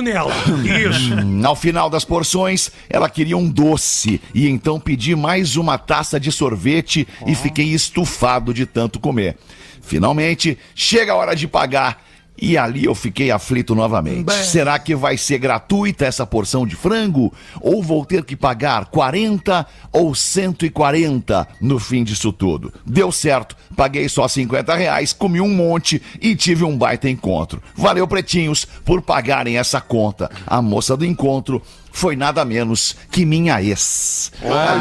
G: nela. Isso.
D: Ao final das porções, ela queria um doce e então pedi mais uma taça de sorvete e fiquei estufado de tanto comer. Finalmente, chega a hora de pagar. E ali eu fiquei aflito novamente. Será que vai ser gratuita essa porção de frango? Ou vou ter que pagar 40 ou 140 no fim disso tudo? Deu certo, paguei só 50 reais, comi um monte e tive um baita encontro. Valeu, pretinhos, por pagarem essa conta. A moça do encontro foi nada menos que minha ex. Ah,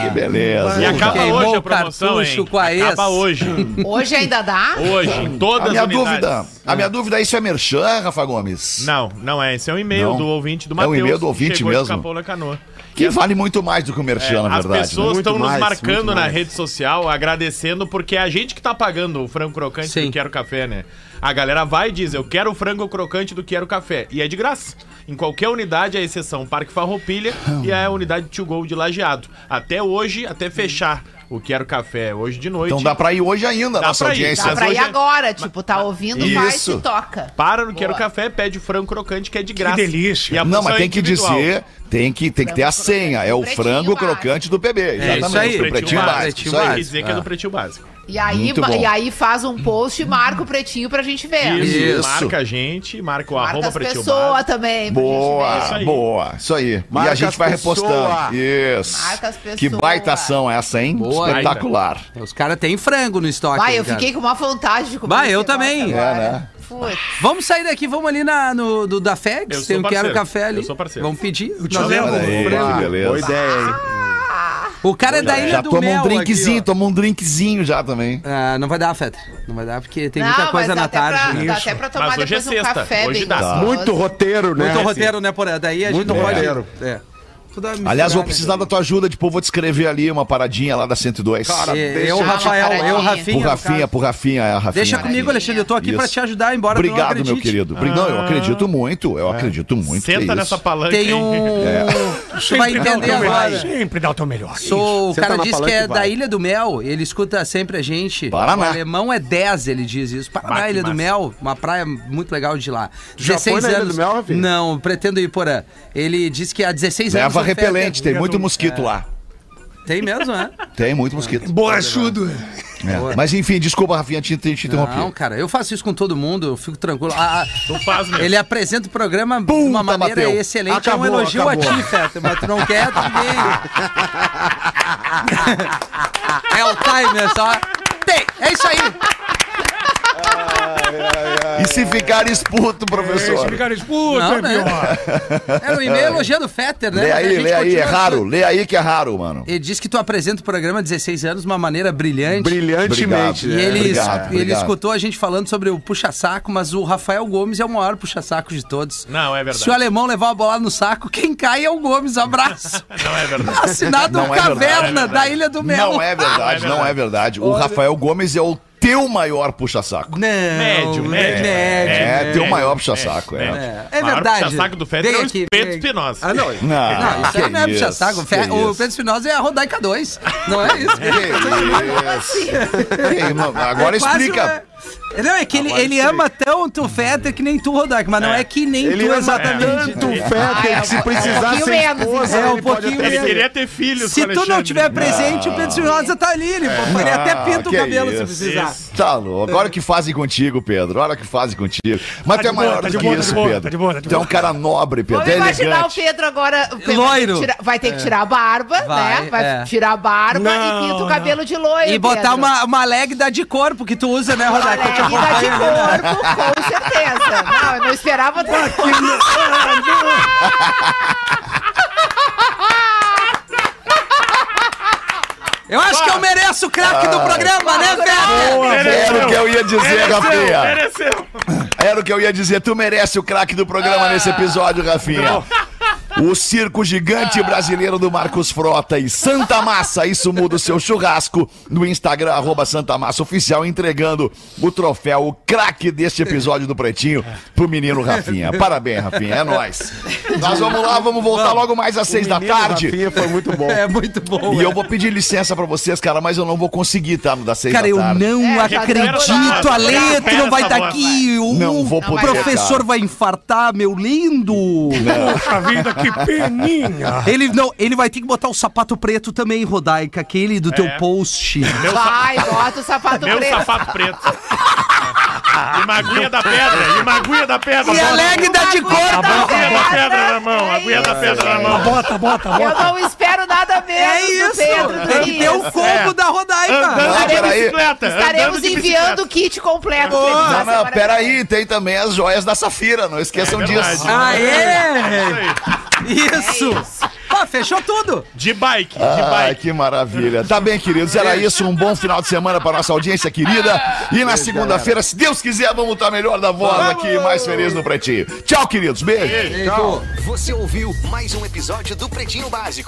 I: Olha.
D: que beleza.
I: E acaba
F: Queimou
I: hoje a
F: o
I: promoção, hein?
F: cartucho com a ex.
I: acaba hoje.
E: Hoje ainda dá?
I: Hoje, em todas
D: a minha
I: as unidades.
D: dúvida, a minha dúvida, isso é merchan, Rafa Gomes?
I: Não, não é. Esse é um e-mail
D: Não.
I: do ouvinte do
D: É um
I: Matheus.
D: e-mail do
I: que
D: ouvinte
I: chegou de
D: mesmo?
I: Capão na Canoa.
D: Que vale muito mais do que o merchan, na
I: É, as
D: verdade. né?
I: pessoas
H: Muito
I: estão nos
H: mais,
I: marcando
H: muito
I: na
H: mais.
I: rede social, agradecendo, porque é a gente que tá pagando o frango crocante
F: Sim.
I: do Quero Café, né? A galera vai e diz, eu quero o frango crocante do Quero Café. E é de graça. Em qualquer unidade, à exceção Parque Farroupilha e a unidade Tio Gol de Lajeado. Até hoje, até fechar o Quero Café. Hoje de noite.
D: Então dá pra ir hoje ainda,
I: Dá
D: nossa
I: pra ir,
D: audiência.
E: Dá
I: Mas
E: pra
I: hoje
E: ir
I: é-
E: agora, tipo, tá ouvindo, vai e
D: Isso.
E: se toca.
I: Para no Quero
E: Boa.
I: Café, pede o frango crocante, que é de graça.
G: delícia.
I: E a
D: Não,
I: porção
D: mas
I: é
D: tem que
I: individual.
D: dizer, tem que, tem que ter a
E: Frango crocante.
D: senha. É o
E: Pretinho
D: frango
E: básico.
D: crocante do PB.
F: É, isso aí,
D: Exatamente, do
I: Pretinho
D: pretinho básico.
F: Pretinho
D: Isso aí.
I: Tem que dizer que é do Pretinho Básico.
E: E aí,
D: Muito
E: ba-
D: bom.
E: e aí faz um post e marca o pretinho pra gente ver.
I: Isso.
F: Isso.
I: Marca a gente, marca o
E: Marca
I: arroba
E: as
I: Pretinho
E: pessoas
I: Básico.
E: também pra
F: É
E: gente ver.
I: Isso
D: Boa,
I: aí.
D: boa. Isso aí. e
H: Marca
D: a gente
H: as
D: vai
H: pessoa.
D: repostando. Isso.
E: Marca as
D: Que
E: pessoa.
D: baita ação essa, hein?
F: Boa,
D: Espetacular.
F: É, Os caras têm frango no estoque.
E: Vai,
F: hein,
E: eu
F: cara?
E: fiquei com uma vontade de comer.
F: Tá Vai,
E: esse
F: eu
E: negócio
F: também.
E: agora.
D: É, né?
E: Putz.
F: Vamos sair daqui, vamos ali na, no, do, da
I: Eu
F: FEDS.
I: sou
F: Tem um
I: parceiro,
F: Quero Café ali.
I: eu sou parceiro.
F: Vamos pedir.
G: Eu te
F: Nós
G: levo.
F: vamos.
D: Olha aí, que beleza.
H: Boa ideia, hein?
F: O cara é da Ilha
D: Já
F: do
D: toma
F: Mel
D: um drinkzinho,
F: aqui, ó.
D: toma um drinkzinho já também.
F: Ah, não vai dar, Fetra. Não vai dar, porque tem
E: Não,
F: muita
E: mas
F: coisa na
E: dá até pra-
F: tarde. né?
E: dá até pra tomar
I: Mas hoje é
E: depois um
I: sexta,
E: café
I: hoje
E: bem
I: dá.
E: gostoso.
H: Muito roteiro, né?
F: Muito roteiro, né, Porã? Daí a gente
H: Muito
F: não pode...
H: roteiro.
F: É. Tudo misturado,
D: Aliás, vou
F: né?
D: precisar da tua ajuda, depois vou te escrever ali uma paradinha lá da 102.
F: É,
E: eu
F: Eu, Rafael,
E: falar
F: eu,
E: aqui.
F: Rafinha.
D: Pro
F: no
D: Rafinha,
F: caso.
D: pro Rafinha, é, Rafinha.
F: Deixa comigo,
D: Rafinha.
F: Alexandre. Eu tô aqui
D: Isso.
F: pra te ajudar, embora tu não
D: Obrigado, meu
F: acredite.
D: querido. Bri- Não, eu acredito muito, eu acredito muito. que
I: Ah. É.
D: é
I: Senta
D: isso.
I: nessa palanca
F: Tem
I: aí.
F: um...
D: É.
F: Tu vai
H: Então,
G: dá o
F: entender
G: teu melhor,
F: agora.
G: Sempre dá o teu melhor.
F: Sou, o
H: Senta
F: cara
H: tá na
F: diz que
H: palanca
F: é
H: e
F: da
H: vai.
F: Ilha do Mel, ele escuta sempre a gente.
D: Paraná.
F: O alemão é 10, ele diz isso. Paraná,
H: Ah,
I: Bah, que
F: Ilha do
I: massa.
F: Mel, uma praia muito legal de lá.
H: já foi na Ilha do Mel, Rafinha?
F: Não, pretendo ir, porã. Ele diz que há 16 anos.
D: Leva
F: o Fer-
D: repelente, tem muito mosquito lá.
F: Tem mesmo, né?
D: Tem muito mosquito.
G: Borrachudo.
D: É. Mas enfim, desculpa, Rafinha, te, te, te interrompi.
F: Não, cara, eu faço isso com todo mundo, eu fico tranquilo. Ah, ah,
I: Tu faz mesmo.
F: ele apresenta o programa de uma
D: tá,
F: maneira
D: bateu.
F: excelente.
H: Acabou,
F: é um elogio
H: acabou.
F: a ti, Feta, mas tu não quer também. é o timer só. Tem, é isso aí.
D: E se ficar expulso,
G: Esse
D: professor?
G: É, ficar expulso
F: Não,
G: é
F: né?
G: pior.
F: Era um e-mail elogiando o Fetter, né?
D: Lê
F: Mas a
D: aí,
F: gente
D: lê aí, é
F: continua-
D: raro. Lê aí que é raro, mano.
F: Ele diz que tu apresenta o programa há 16 anos de uma maneira brilhante.
D: Obrigado.
H: Brilhantemente,
F: E
H: né?
F: ele,
D: Obrigado,
F: ele
D: obrigado.
F: escutou a gente falando sobre o puxa-saco, mas o Rafael Gomes é o maior puxa-saco de todos.
I: Não, é verdade.
F: Se o alemão levar a bola no saco, quem cai é o Gomes. Abraço.
I: Não é verdade.
F: Assinado
D: Não é
F: Caverna,
D: verdade,
I: não é verdade.
F: da Ilha do Mel.
D: Não é verdade, não é verdade. O Rafael Gomes é o teu maior puxa-saco.
F: Não,
I: Médio,
F: é
I: médio.
D: É,
I: é,
D: teu
I: é,
D: maior puxa-saco.
I: é,
D: É.
F: É, é
I: Maior
F: verdade.
I: puxa-saco do Fetter
F: Vem
I: é o
F: aqui,
I: Pedro
F: vem.
I: Espinosa.
F: Ah, não. Não, isso aí não é
D: que
F: puxa-saco.
D: que
F: Fe- O
D: isso.
F: Pedro Espinosa é a Rodaica 2. Não é isso?
D: Que isso. Que isso. Agora
F: É quase
D: explica.
F: uma- Não, é que ele, ele ama tanto o Fetter que nem tu, Rodak, mas não é que nem
H: Ele
F: tu
H: ama
F: exatamente.
H: tanto o
E: Ah, é
H: Fetter
E: um-
H: que se
E: é um
H: precisar
E: pouquinho
H: ser
E: menos,
H: esposa,
F: então. É um
H: ele pode
F: pouquinho
H: até
I: Ele
F: menos.
H: ser.
I: queria ter filhos
F: Se
I: com o
F: tu não
I: Alexandre.
F: tiver presente, o Pedro Espinosa tá ali. Ele, pô, ele até pinta o
D: que
F: cabelo se
D: isso.
F: precisar.
D: Tá louco. Agora que fazem contigo, Pedro. Olha que fazem contigo. Mas
G: Tá
D: tu é
G: de boa,
D: maior
G: tá
D: do
G: de
D: que
G: boa, tá de
D: isso,
G: boa,
D: Pedro.
G: tá de boa, tá de
D: Tu é um
G: boa.
D: cara nobre, Pedro.
E: Vamos
D: É
E: imaginar o
D: elegante.
E: Pedro agora. o Pedro
F: Loiro.
E: Vai ter que tirar, vai ter que tirar a barba,
F: Vai,
E: né? Vai
F: é.
E: tirar a barba
G: Não,
E: e pinta
G: não.
E: o cabelo de loiro.
F: E botar
E: Pedro.
F: uma, uma leg da de corpo que tu usa, né, Rodak? Eu
E: Alegre, tá de
F: te acompanho ali, né?
E: corpo, com certeza. Não, eu não esperava outra coisa.
F: Eu acho
E: Ah.
F: que eu mereço o craque
D: Ah.
F: do programa, né, Fetter?
D: Era o que eu ia dizer, Rafinha.
I: Mereceu.
D: Era o que eu ia dizer. Tu merece o craque do programa nesse episódio, Rafinha. O circo gigante brasileiro do Marcos Frota e Santa Massa, isso muda o seu churrasco no Instagram, arroba Santa Massa Oficial, entregando o troféu, o craque deste episódio do Pretinho, pro menino Rafinha. Parabéns, Rafinha, é nóis. Nós vamos lá, vamos voltar logo mais às seis da tarde.
H: Rafinha foi muito bom.
F: É muito bom.
D: E
F: é.
D: eu vou pedir licença pra vocês, cara, mas eu não vou conseguir, tá? No das seis
F: Cara,
D: da
F: eu
D: tarde.
F: não
E: É, já
F: acredito.
E: deu.
F: A letra não vai estar
I: Espera essa
F: aqui. O
D: Não vou
F: o
D: poder,
F: professor
D: cara.
F: vai infartar, meu lindo.
G: Puxa vida, que peninha.
F: Ele não, ele vai ter que botar o sapato preto também, Rodaica, aquele do
E: É.
F: teu post.
E: Vai, bota o sapato
I: Ah, Meu
E: preto.
I: sapato preto. E uma aguinha da pedra. E uma aguinha da
E: tá
I: pedra.
F: E a leg da de tá
E: Uma aguinha
F: corpo.
E: da
I: Aguinha da
E: pedra.
I: pedra na mão. Aguinha da pedra na mão.
G: Bota, bota,
E: Eu
G: bota.
E: não espero nada menos
F: É
E: do
F: isso.
E: Pedro. É.
F: Tem que ter um o combo da Rodaica.
D: Não,
I: Andando de
D: peraí.
I: bicicleta.
E: Estaremos
I: andando de
E: enviando
I: bicicleta.
E: o kit completo.
F: Boa.
E: Pedro, na
D: Ah, Não, não,
E: semana que
D: peraí,
E: vem.
I: Ah,
D: tem também as joias da Safira, não esqueçam
I: É verdade.
D: disso.
F: Aê!
I: Isso aí.
F: Isso! Pô, fechou tudo!
I: De bike, de
D: Ah, que maravilha. Tá bem, queridos. Era isso. Um bom final de semana para nossa audiência querida. E na segunda-feira, se Deus quiser, vamos estar melhor da voz aqui, mais feliz no pretinho. Tchau, queridos. Beijo.
M: Você ouviu mais um episódio do Pretinho Básico.